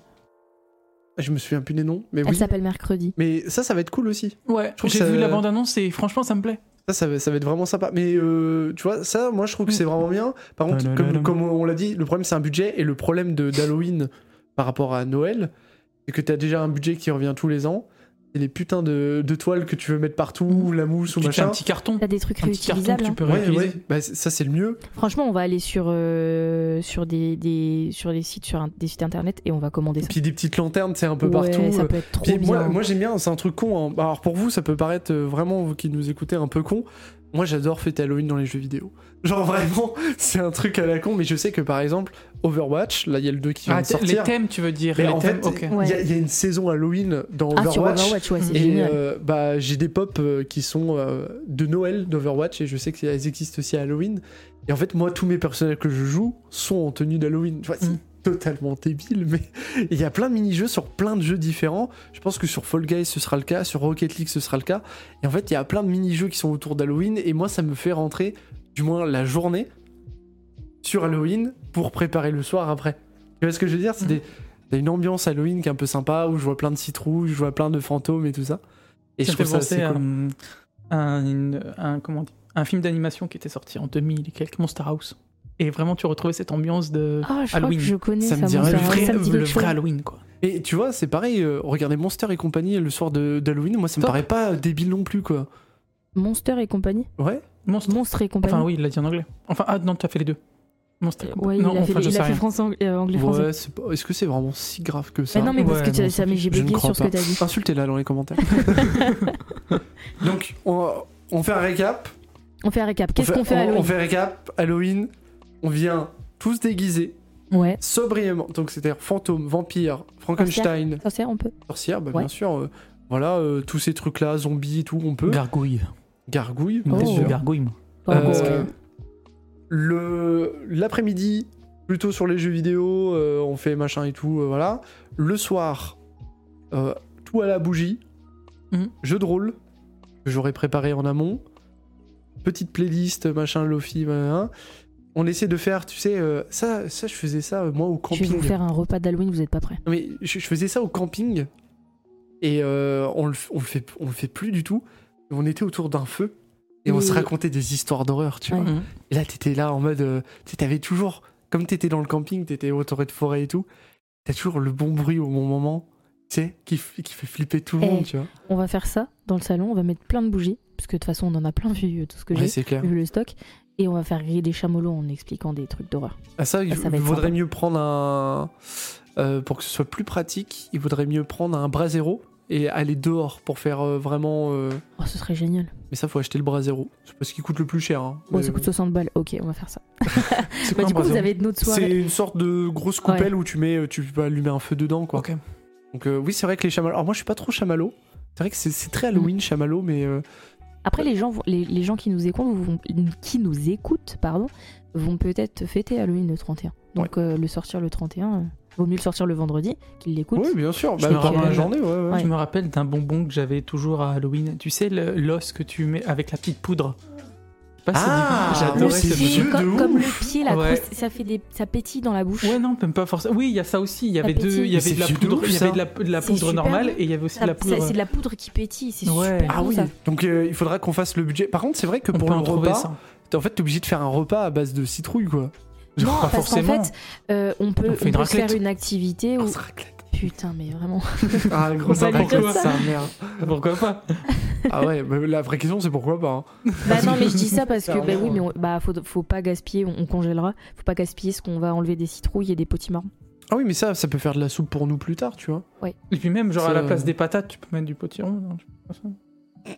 [SPEAKER 1] Ah, Je me souviens plus des noms, mais
[SPEAKER 2] Elle
[SPEAKER 1] oui.
[SPEAKER 2] s'appelle Mercredi.
[SPEAKER 1] Mais ça, ça va être cool aussi.
[SPEAKER 3] Ouais,
[SPEAKER 1] trouve que
[SPEAKER 3] j'ai
[SPEAKER 1] ça-
[SPEAKER 3] vu la bande-annonce et franchement, ça me plaît.
[SPEAKER 1] Ça, ça va, ça va être vraiment sympa. Mais euh, tu vois, ça, moi, je trouve que c'est vraiment bien. Par contre, comme,
[SPEAKER 3] Tadadadam.
[SPEAKER 1] comme on l'a dit, le problème, c'est un budget. Et le problème de- d'Halloween par rapport à Noël, c'est que t'as déjà un budget qui revient tous les ans. C'est les putains de, de toiles que tu veux mettre partout, la mousse ou
[SPEAKER 3] Tu te fais un
[SPEAKER 1] machin.
[SPEAKER 3] petit carton,
[SPEAKER 2] T'as des trucs
[SPEAKER 3] un petit carton que
[SPEAKER 2] réutilisables.
[SPEAKER 3] tu peux
[SPEAKER 1] Ouais,
[SPEAKER 3] réutiliser.
[SPEAKER 1] ouais. Bah, c'est- ça, c'est le mieux.
[SPEAKER 2] hein. Franchement, on va aller sur, euh, sur, des, des, sur des sites sur un- des sites internet et on va commander
[SPEAKER 1] Et
[SPEAKER 2] ça.
[SPEAKER 1] puis des petites lanternes, c'est un peu
[SPEAKER 2] Ouais,
[SPEAKER 1] partout. euh.
[SPEAKER 2] ça peut être trop
[SPEAKER 1] Puis
[SPEAKER 2] bien.
[SPEAKER 1] moi, moi j'aime bien, c'est un truc con. hein. Alors pour vous, ça peut paraître euh, vraiment, vous qui nous écoutez, un peu con. Moi, j'adore fêter Halloween dans les jeux vidéo. Genre vraiment, c'est un truc à la con. Mais je sais que par exemple, Overwatch, là, il y a le 2 qui vient
[SPEAKER 3] Ah,
[SPEAKER 1] de
[SPEAKER 3] t- les
[SPEAKER 1] sortir.
[SPEAKER 3] thèmes, tu veux dire
[SPEAKER 1] Mais
[SPEAKER 3] les
[SPEAKER 1] en
[SPEAKER 3] thèmes,
[SPEAKER 1] fait,
[SPEAKER 3] ok.
[SPEAKER 1] il y, a- il y a une saison Halloween dans
[SPEAKER 2] ah, sur
[SPEAKER 1] Overwatch.
[SPEAKER 2] Overwatch, ouais, c'est
[SPEAKER 1] Et
[SPEAKER 2] génial.
[SPEAKER 1] euh, bah, j'ai des pop euh, qui sont euh, de Noël d'Overwatch et je sais qu'elles existent aussi à Halloween. Et en fait, moi, tous mes personnages que je joue sont en tenue d'Halloween. Tu vois, c'est
[SPEAKER 3] Mm.
[SPEAKER 1] totalement débile, mais il y a plein de mini-jeux sur plein de jeux différents. Je pense que sur Fall Guys, ce sera le cas, sur Rocket League, ce sera le cas. Et en fait, il y a plein de mini-jeux qui sont autour d'Halloween et moi, ça me fait rentrer, du moins la journée, sur Halloween pour préparer le soir après. Tu vois ce que je veux dire C'est
[SPEAKER 3] Mhm.
[SPEAKER 1] des- t'as une ambiance Halloween qui est un peu sympa où je vois plein de citrouilles, je vois plein de fantômes et tout ça. Et je
[SPEAKER 3] ça me
[SPEAKER 1] trouve
[SPEAKER 3] fait
[SPEAKER 1] ça assez
[SPEAKER 3] penser à,
[SPEAKER 1] cool.
[SPEAKER 3] hum, un, une- un- comment on dit, un film d'animation qui était sorti en 2000 et quelques, Monster House. Et vraiment, tu retrouvais cette ambiance de
[SPEAKER 2] Ah, je crois
[SPEAKER 3] Halloween.
[SPEAKER 2] que je connais
[SPEAKER 1] Ça
[SPEAKER 2] ça.
[SPEAKER 1] me
[SPEAKER 2] mon
[SPEAKER 1] dirait
[SPEAKER 2] frère.
[SPEAKER 3] le
[SPEAKER 1] ça-
[SPEAKER 3] vrai,
[SPEAKER 2] Ça me dit
[SPEAKER 3] le
[SPEAKER 2] quelque
[SPEAKER 3] vrai
[SPEAKER 2] chose.
[SPEAKER 3] Halloween, quoi.
[SPEAKER 1] Et tu vois, c'est pareil, euh, regardez Monster et compagnie le soir de- d'Halloween, moi ça me
[SPEAKER 3] Top.
[SPEAKER 1] paraît pas débile non plus quoi.
[SPEAKER 2] Monster et compagnie
[SPEAKER 1] Ouais
[SPEAKER 3] Monstre.
[SPEAKER 2] Monstre et compagnie.
[SPEAKER 3] Enfin, oui, il l'a dit en anglais. Enfin, ah non, tu as fait les deux. Monstre. et
[SPEAKER 2] Euh, Ouais,
[SPEAKER 3] compagnie.
[SPEAKER 2] il
[SPEAKER 3] non,
[SPEAKER 2] a fait,
[SPEAKER 3] enfin, je
[SPEAKER 2] il
[SPEAKER 3] sais
[SPEAKER 2] a fait
[SPEAKER 3] rien.
[SPEAKER 2] France, ang- euh, anglais, français.
[SPEAKER 1] Ouais, c'est pas- est-ce que c'est vraiment si grave que ça
[SPEAKER 2] mais non, mais parce
[SPEAKER 3] Ouais,
[SPEAKER 2] que t'as-
[SPEAKER 3] non,
[SPEAKER 2] ça, mais j'ai
[SPEAKER 1] Je ne
[SPEAKER 2] bugué
[SPEAKER 1] crois
[SPEAKER 2] sur ce
[SPEAKER 1] pas.
[SPEAKER 2] que t'as dit.
[SPEAKER 1] Insultez-la dans les commentaires. Donc, on, on fait un récap.
[SPEAKER 2] On fait un récap. Qu'est-ce
[SPEAKER 1] On
[SPEAKER 2] qu'on fait à
[SPEAKER 1] on- On
[SPEAKER 2] Halloween
[SPEAKER 1] fait un récap. Halloween, on vient tous déguisés,
[SPEAKER 2] Ouais.
[SPEAKER 1] sobriément. Donc, c'est-à-dire fantôme, vampire, Frankenstein,
[SPEAKER 2] Sorcière, on peut.
[SPEAKER 1] sorcière, bah,
[SPEAKER 2] Ouais.
[SPEAKER 1] bien sûr. euh, voilà, euh, tous ces trucs-là, zombies et tout, on peut.
[SPEAKER 3] Gargouille.
[SPEAKER 1] Gargouille,
[SPEAKER 3] Une
[SPEAKER 1] bien
[SPEAKER 2] Oh.
[SPEAKER 3] tête de
[SPEAKER 1] sûr.
[SPEAKER 3] gargouille, moi.
[SPEAKER 2] Oh,
[SPEAKER 1] Euh,
[SPEAKER 2] parce que-
[SPEAKER 1] le l'après-midi plutôt sur les jeux vidéo euh, on fait machin et tout euh, voilà le soir euh, tout à la bougie
[SPEAKER 3] Mhm.
[SPEAKER 1] jeu de rôle que j'aurais préparé en amont petite playlist machin lofi machin. on essaie de faire, tu sais, euh, ça, ça, je faisais ça euh, moi au
[SPEAKER 2] Je vais vous
[SPEAKER 1] camping.
[SPEAKER 2] faire un repas d'Halloween, vous êtes pas prêts.
[SPEAKER 1] Non, mais je, je faisais ça au camping et euh, on, le, on, le fait, on le fait plus du tout. On était autour d'un feu et on
[SPEAKER 2] Mais-
[SPEAKER 1] se racontait des histoires d'horreur, tu
[SPEAKER 2] Ouais.
[SPEAKER 1] vois.
[SPEAKER 3] Mhm.
[SPEAKER 1] Et là, t'étais là en mode. euh, tu sais, t'avais toujours. Comme t'étais dans le camping, t'étais entouré de forêt et tout, t'as toujours le bon bruit au bon moment, tu sais, qui, f- qui fait flipper tout le
[SPEAKER 2] Eh,
[SPEAKER 1] monde, tu vois.
[SPEAKER 2] On va faire ça dans le salon, on va mettre plein de bougies, parce que de toute façon on en a plein vu euh, tout ce que
[SPEAKER 1] Ouais,
[SPEAKER 2] j'ai,
[SPEAKER 1] c'est clair.
[SPEAKER 2] vu le stock, et on va faire griller des chamallows en expliquant des trucs d'horreur.
[SPEAKER 1] Ah, ça, il
[SPEAKER 2] ça va être
[SPEAKER 1] vaudrait
[SPEAKER 2] sympa.
[SPEAKER 1] mieux prendre un. euh, pour que ce soit plus pratique, il vaudrait mieux prendre un bras zéro et aller dehors pour faire euh, vraiment. euh,
[SPEAKER 2] Oh, ce serait génial.
[SPEAKER 1] Mais ça, faut acheter le bras zéro. C'est parce qu'il coûte le plus cher. hein.
[SPEAKER 2] Bon,
[SPEAKER 3] Euh,
[SPEAKER 1] Mais
[SPEAKER 2] ça coûte 60 balles, ok, on va faire ça.
[SPEAKER 1] c'est quoi un
[SPEAKER 2] Bah, du coup,
[SPEAKER 1] bras
[SPEAKER 2] vous
[SPEAKER 1] zéro
[SPEAKER 2] avez de notre
[SPEAKER 1] C'est
[SPEAKER 2] soirée.
[SPEAKER 1] une sorte de grosse coupelle où tu mets, euh, tu peux allumer un feu dedans, quoi.
[SPEAKER 3] Ok.
[SPEAKER 1] Donc euh, oui, c'est vrai que les chamallows. Alors moi, je suis pas trop chamallow. C'est vrai que c'est- c'est très
[SPEAKER 2] Mm.
[SPEAKER 1] Halloween chamallow, mais euh,
[SPEAKER 2] Après, les gens, vont- les, les gens qui nous écoutent, vont, qui nous écoutent, pardon, vont peut-être fêter Halloween le 31. Donc euh, le sortir le 31, euh, vaut mieux le sortir le vendredi qu'ils l'écoutent.
[SPEAKER 1] oui, bien sûr.
[SPEAKER 3] Je
[SPEAKER 1] Bah,
[SPEAKER 3] me
[SPEAKER 1] pendant la
[SPEAKER 3] rappelle.
[SPEAKER 1] journée, ouais, ouais.
[SPEAKER 2] Ouais.
[SPEAKER 3] Je me rappelle d'un bonbon que j'avais toujours à Halloween. Tu sais, le- l'os que tu mets avec la petite poudre. Je sais pas si
[SPEAKER 1] Ah,
[SPEAKER 3] tu-
[SPEAKER 2] Le
[SPEAKER 3] j'adorais
[SPEAKER 1] oui,
[SPEAKER 3] ce
[SPEAKER 1] c'est
[SPEAKER 2] pied,
[SPEAKER 1] vieux
[SPEAKER 3] bonbon.
[SPEAKER 1] de
[SPEAKER 2] comme, comme
[SPEAKER 1] ouf.
[SPEAKER 2] le pied, la
[SPEAKER 3] Ouais.
[SPEAKER 2] croust- ça fait des, ça pétille dans la bouche.
[SPEAKER 3] Ouais, non, même pas forcément. Oui, il y a ça aussi. Il y avait
[SPEAKER 2] pétille.
[SPEAKER 3] deux. Il y
[SPEAKER 2] Mais
[SPEAKER 3] avait
[SPEAKER 1] c'est
[SPEAKER 3] de la
[SPEAKER 1] vieux de
[SPEAKER 3] poudre,
[SPEAKER 1] ouf,
[SPEAKER 3] il y avait
[SPEAKER 1] ça.
[SPEAKER 3] de la, de la
[SPEAKER 2] C'est
[SPEAKER 3] poudre
[SPEAKER 2] super
[SPEAKER 3] normale
[SPEAKER 2] bon.
[SPEAKER 3] et il y avait aussi de
[SPEAKER 2] Ça-
[SPEAKER 3] la
[SPEAKER 2] ça-
[SPEAKER 3] poudre.
[SPEAKER 2] c'est de la poudre qui pétille, c'est
[SPEAKER 3] Ouais.
[SPEAKER 2] super
[SPEAKER 1] Ah
[SPEAKER 2] bon,
[SPEAKER 1] oui.
[SPEAKER 2] ça.
[SPEAKER 1] Donc euh, il faudra qu'on fasse le budget. Par contre, c'est vrai que
[SPEAKER 3] On
[SPEAKER 1] pour
[SPEAKER 3] peut
[SPEAKER 1] le
[SPEAKER 3] en trouver
[SPEAKER 1] repas,
[SPEAKER 3] ça.
[SPEAKER 1] t'es- en fait, t'es obligé de faire un repas à base de citrouille, quoi.
[SPEAKER 2] Non,
[SPEAKER 3] Pas
[SPEAKER 2] parce
[SPEAKER 3] forcément.
[SPEAKER 2] qu'en fait, euh, on peut,
[SPEAKER 3] On
[SPEAKER 2] on
[SPEAKER 3] fait une
[SPEAKER 2] peut se
[SPEAKER 3] raclette.
[SPEAKER 2] faire une activité
[SPEAKER 1] Ah,
[SPEAKER 2] où.
[SPEAKER 1] c'est raclette.
[SPEAKER 2] Putain, mais vraiment.
[SPEAKER 1] Ah,
[SPEAKER 3] On
[SPEAKER 1] grosse
[SPEAKER 3] va
[SPEAKER 1] raclette.
[SPEAKER 3] dire ça.
[SPEAKER 1] Ah, merde.
[SPEAKER 3] Pourquoi pas
[SPEAKER 1] Ah ouais, bah, la vraie question, c'est pourquoi pas. hein.
[SPEAKER 2] bah non, mais je dis ça parce que, bah
[SPEAKER 1] Clairement,
[SPEAKER 2] oui, mais on- bah, faut, faut pas gaspiller, on, on congélera. Faut pas gaspiller ce qu'on va enlever des citrouilles et des potimarrons.
[SPEAKER 1] Ah oui, mais ça, ça peut faire de la soupe pour nous plus tard, tu vois.
[SPEAKER 3] Et puis même, genre à la
[SPEAKER 1] Ça-
[SPEAKER 3] place des patates, tu peux mettre du potiron. non, je sais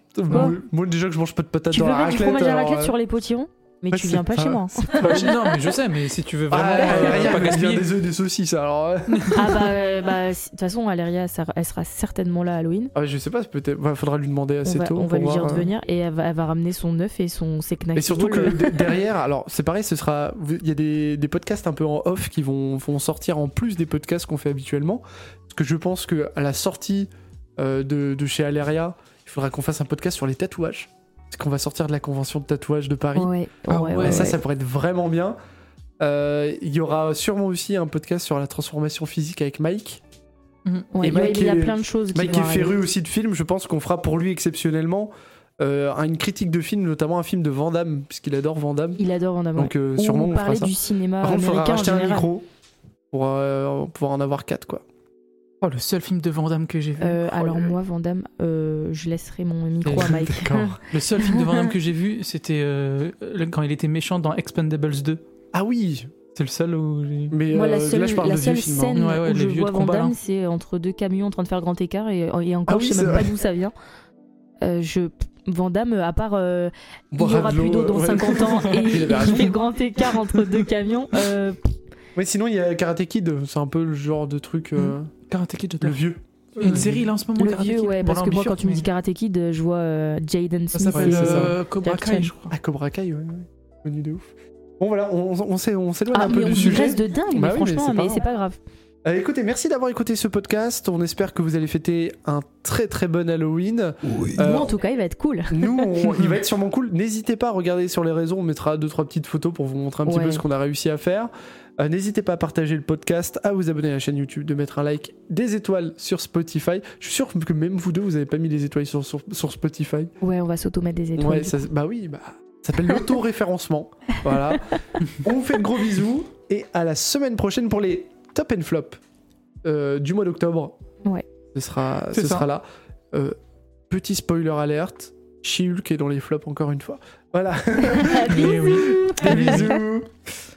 [SPEAKER 3] pas ça.
[SPEAKER 1] Moi, moi, déjà que je mange pas de patates
[SPEAKER 2] Tu veux
[SPEAKER 1] Euh, dans la
[SPEAKER 2] mettre du
[SPEAKER 1] raclette.
[SPEAKER 2] fromage à la
[SPEAKER 1] alors,
[SPEAKER 2] raclette
[SPEAKER 1] euh,
[SPEAKER 2] sur les potirons Mais
[SPEAKER 1] ouais,
[SPEAKER 2] tu
[SPEAKER 1] c'est
[SPEAKER 2] viens pas
[SPEAKER 1] pas-
[SPEAKER 2] chez moi. hein.
[SPEAKER 3] Bah, je- non, mais je sais, mais si tu veux vraiment
[SPEAKER 1] Ah,
[SPEAKER 3] euh,
[SPEAKER 1] rien,
[SPEAKER 3] pas
[SPEAKER 1] mais bien
[SPEAKER 3] gaspiller.
[SPEAKER 1] des œufs, des saucisses, alors. euh.
[SPEAKER 2] Ah bah, euh, bah, si- de toute façon, Aléria, ça- elle sera certainement là à Halloween.
[SPEAKER 1] Ah, je sais pas, peut-être. bah, faudra lui demander
[SPEAKER 2] On
[SPEAKER 1] assez
[SPEAKER 2] va,
[SPEAKER 1] tôt.
[SPEAKER 2] on va
[SPEAKER 1] pour
[SPEAKER 2] lui dire
[SPEAKER 1] voir,
[SPEAKER 2] de
[SPEAKER 1] euh.
[SPEAKER 2] venir et elle va, elle va ramener son œuf et son ses knacks.
[SPEAKER 1] Mais surtout que
[SPEAKER 2] boules.
[SPEAKER 1] de- derrière, alors c'est pareil, ce sera. Il y a des, des podcasts un peu en off qui vont, vont sortir en plus des podcasts qu'on fait habituellement. Parce que je pense que à la sortie euh, de, de chez Aleria, il faudra qu'on fasse un podcast sur les tatouages. Parce qu'on va sortir de la convention de tatouage de Paris.
[SPEAKER 2] Ouais,
[SPEAKER 3] Ah
[SPEAKER 2] ouais,
[SPEAKER 3] ouais,
[SPEAKER 1] Et
[SPEAKER 2] ouais,
[SPEAKER 1] ça,
[SPEAKER 2] ouais.
[SPEAKER 1] ça pourrait être vraiment bien. Euh, Il y aura sûrement aussi un podcast sur la transformation physique avec Mike.
[SPEAKER 3] Mhm.
[SPEAKER 2] Ouais,
[SPEAKER 1] et
[SPEAKER 2] il y a-
[SPEAKER 1] Mike
[SPEAKER 2] il y a
[SPEAKER 1] est-
[SPEAKER 2] plein de choses qui
[SPEAKER 1] Mike
[SPEAKER 2] vont
[SPEAKER 1] est
[SPEAKER 2] arriver.
[SPEAKER 1] féru aussi de films, je pense qu'on fera pour lui exceptionnellement euh, une critique de film, notamment un film de Van Damme, puisqu'il adore Van Damme.
[SPEAKER 2] Il adore en avoir.
[SPEAKER 1] Donc euh,
[SPEAKER 2] Ou
[SPEAKER 1] sûrement on fera
[SPEAKER 2] parler
[SPEAKER 1] ça.
[SPEAKER 2] du cinéma
[SPEAKER 1] Par contre, il faudra
[SPEAKER 2] américain en
[SPEAKER 1] racheter un
[SPEAKER 2] général.
[SPEAKER 1] micro pour euh, pouvoir en avoir 4 quoi.
[SPEAKER 3] Oh, le seul film de Van Damme que j'ai vu.
[SPEAKER 2] Euh,
[SPEAKER 3] Oh,
[SPEAKER 2] alors
[SPEAKER 3] le-
[SPEAKER 2] moi, Vandame, je laisserai mon micro à Mike.
[SPEAKER 3] Le seul film de Van Damme que j'ai vu, c'était euh, le- quand il était méchant dans Expendables 2.
[SPEAKER 1] Ah oui,
[SPEAKER 3] C'est le seul où j'ai.
[SPEAKER 1] mais
[SPEAKER 2] Moi,
[SPEAKER 1] euh,
[SPEAKER 2] la seule,
[SPEAKER 1] là je parle
[SPEAKER 2] la
[SPEAKER 1] de vieux
[SPEAKER 2] seule
[SPEAKER 1] films. hein.
[SPEAKER 2] scène
[SPEAKER 3] Ouais, ouais,
[SPEAKER 2] où
[SPEAKER 3] les
[SPEAKER 2] je
[SPEAKER 3] vieux
[SPEAKER 2] vois
[SPEAKER 3] de
[SPEAKER 2] Van
[SPEAKER 3] combat, là.
[SPEAKER 2] Damme, c'est entre deux camions en train de faire grand écart et, et
[SPEAKER 1] Ah
[SPEAKER 2] encore,
[SPEAKER 1] oui,
[SPEAKER 2] je sais même
[SPEAKER 1] c'est
[SPEAKER 2] pas
[SPEAKER 1] vrai.
[SPEAKER 2] d'où ça vient. Euh, je... Van Damme, à part euh, il y
[SPEAKER 1] Boire
[SPEAKER 2] aura
[SPEAKER 1] de
[SPEAKER 2] plus
[SPEAKER 1] l'eau,
[SPEAKER 2] d'eau dans
[SPEAKER 1] ouais.
[SPEAKER 2] 50 ans et
[SPEAKER 1] Il avait raison.
[SPEAKER 2] il fait grand écart entre deux camions, euh,
[SPEAKER 1] Ouais, sinon il y a Karate Kid, c'est un peu le genre de truc euh,
[SPEAKER 2] Hmm.
[SPEAKER 3] Karate Kid,
[SPEAKER 1] le
[SPEAKER 3] j'adore.
[SPEAKER 1] vieux.
[SPEAKER 3] Une série là en ce moment.
[SPEAKER 2] le
[SPEAKER 3] Karate
[SPEAKER 2] vieux,
[SPEAKER 3] Kid.
[SPEAKER 2] ouais,
[SPEAKER 3] Bon,
[SPEAKER 2] parce
[SPEAKER 3] là, on
[SPEAKER 2] que moi
[SPEAKER 3] bifurque,
[SPEAKER 2] quand tu me
[SPEAKER 3] mais-
[SPEAKER 2] dis Karate Kid, euh, je vois euh, Jaden
[SPEAKER 3] Ça
[SPEAKER 2] Smith.
[SPEAKER 3] s'appelle
[SPEAKER 2] et-
[SPEAKER 1] c'est ça.
[SPEAKER 3] euh, Cobra
[SPEAKER 2] Jack Chan.
[SPEAKER 3] Kai, je crois.
[SPEAKER 1] Ah Cobra Kai, ouais, ouais. Connu de ouf. Bon voilà, on, on, s'est- on s'éloigne
[SPEAKER 2] Ah,
[SPEAKER 1] un peu
[SPEAKER 2] mais on
[SPEAKER 1] du sujet.
[SPEAKER 2] digresse de dingue,
[SPEAKER 1] Bah
[SPEAKER 2] mais
[SPEAKER 1] oui, mais
[SPEAKER 2] franchement,
[SPEAKER 1] c'est pas
[SPEAKER 2] mais c'est
[SPEAKER 1] grave.
[SPEAKER 2] pas grave.
[SPEAKER 1] Euh, écoutez, merci d'avoir écouté ce podcast. On espère que vous allez fêter un très très bon Halloween. Euh,
[SPEAKER 2] Moi en tout cas, il va être cool.
[SPEAKER 1] Nous, on- il va être sûrement cool. N'hésitez pas à regarder sur les réseaux. On mettra deux trois petites photos pour vous montrer un petit
[SPEAKER 2] Ouais.
[SPEAKER 1] peu ce qu'on a réussi à faire. Euh, N'hésitez pas à partager le podcast, à vous abonner à la chaîne YouTube, de mettre un like, des étoiles sur Spotify. Je suis sûr que même vous deux, vous avez pas mis des étoiles sur, sur, sur Spotify.
[SPEAKER 2] Ouais, on va s'automater des étoiles.
[SPEAKER 1] ouais, ça, bah oui, bah, ça s'appelle l'auto-référencement. voilà. On vous fait de gros bisous et à la semaine prochaine pour les top and flop euh, du mois d'octobre.
[SPEAKER 2] Ouais.
[SPEAKER 1] Ce sera,
[SPEAKER 3] C'est
[SPEAKER 1] ce
[SPEAKER 3] ça.
[SPEAKER 1] sera là. Euh, petit spoiler alerte, She-Hulk est dans les flops encore une fois. Voilà.
[SPEAKER 2] Bisous.
[SPEAKER 1] Des bisous.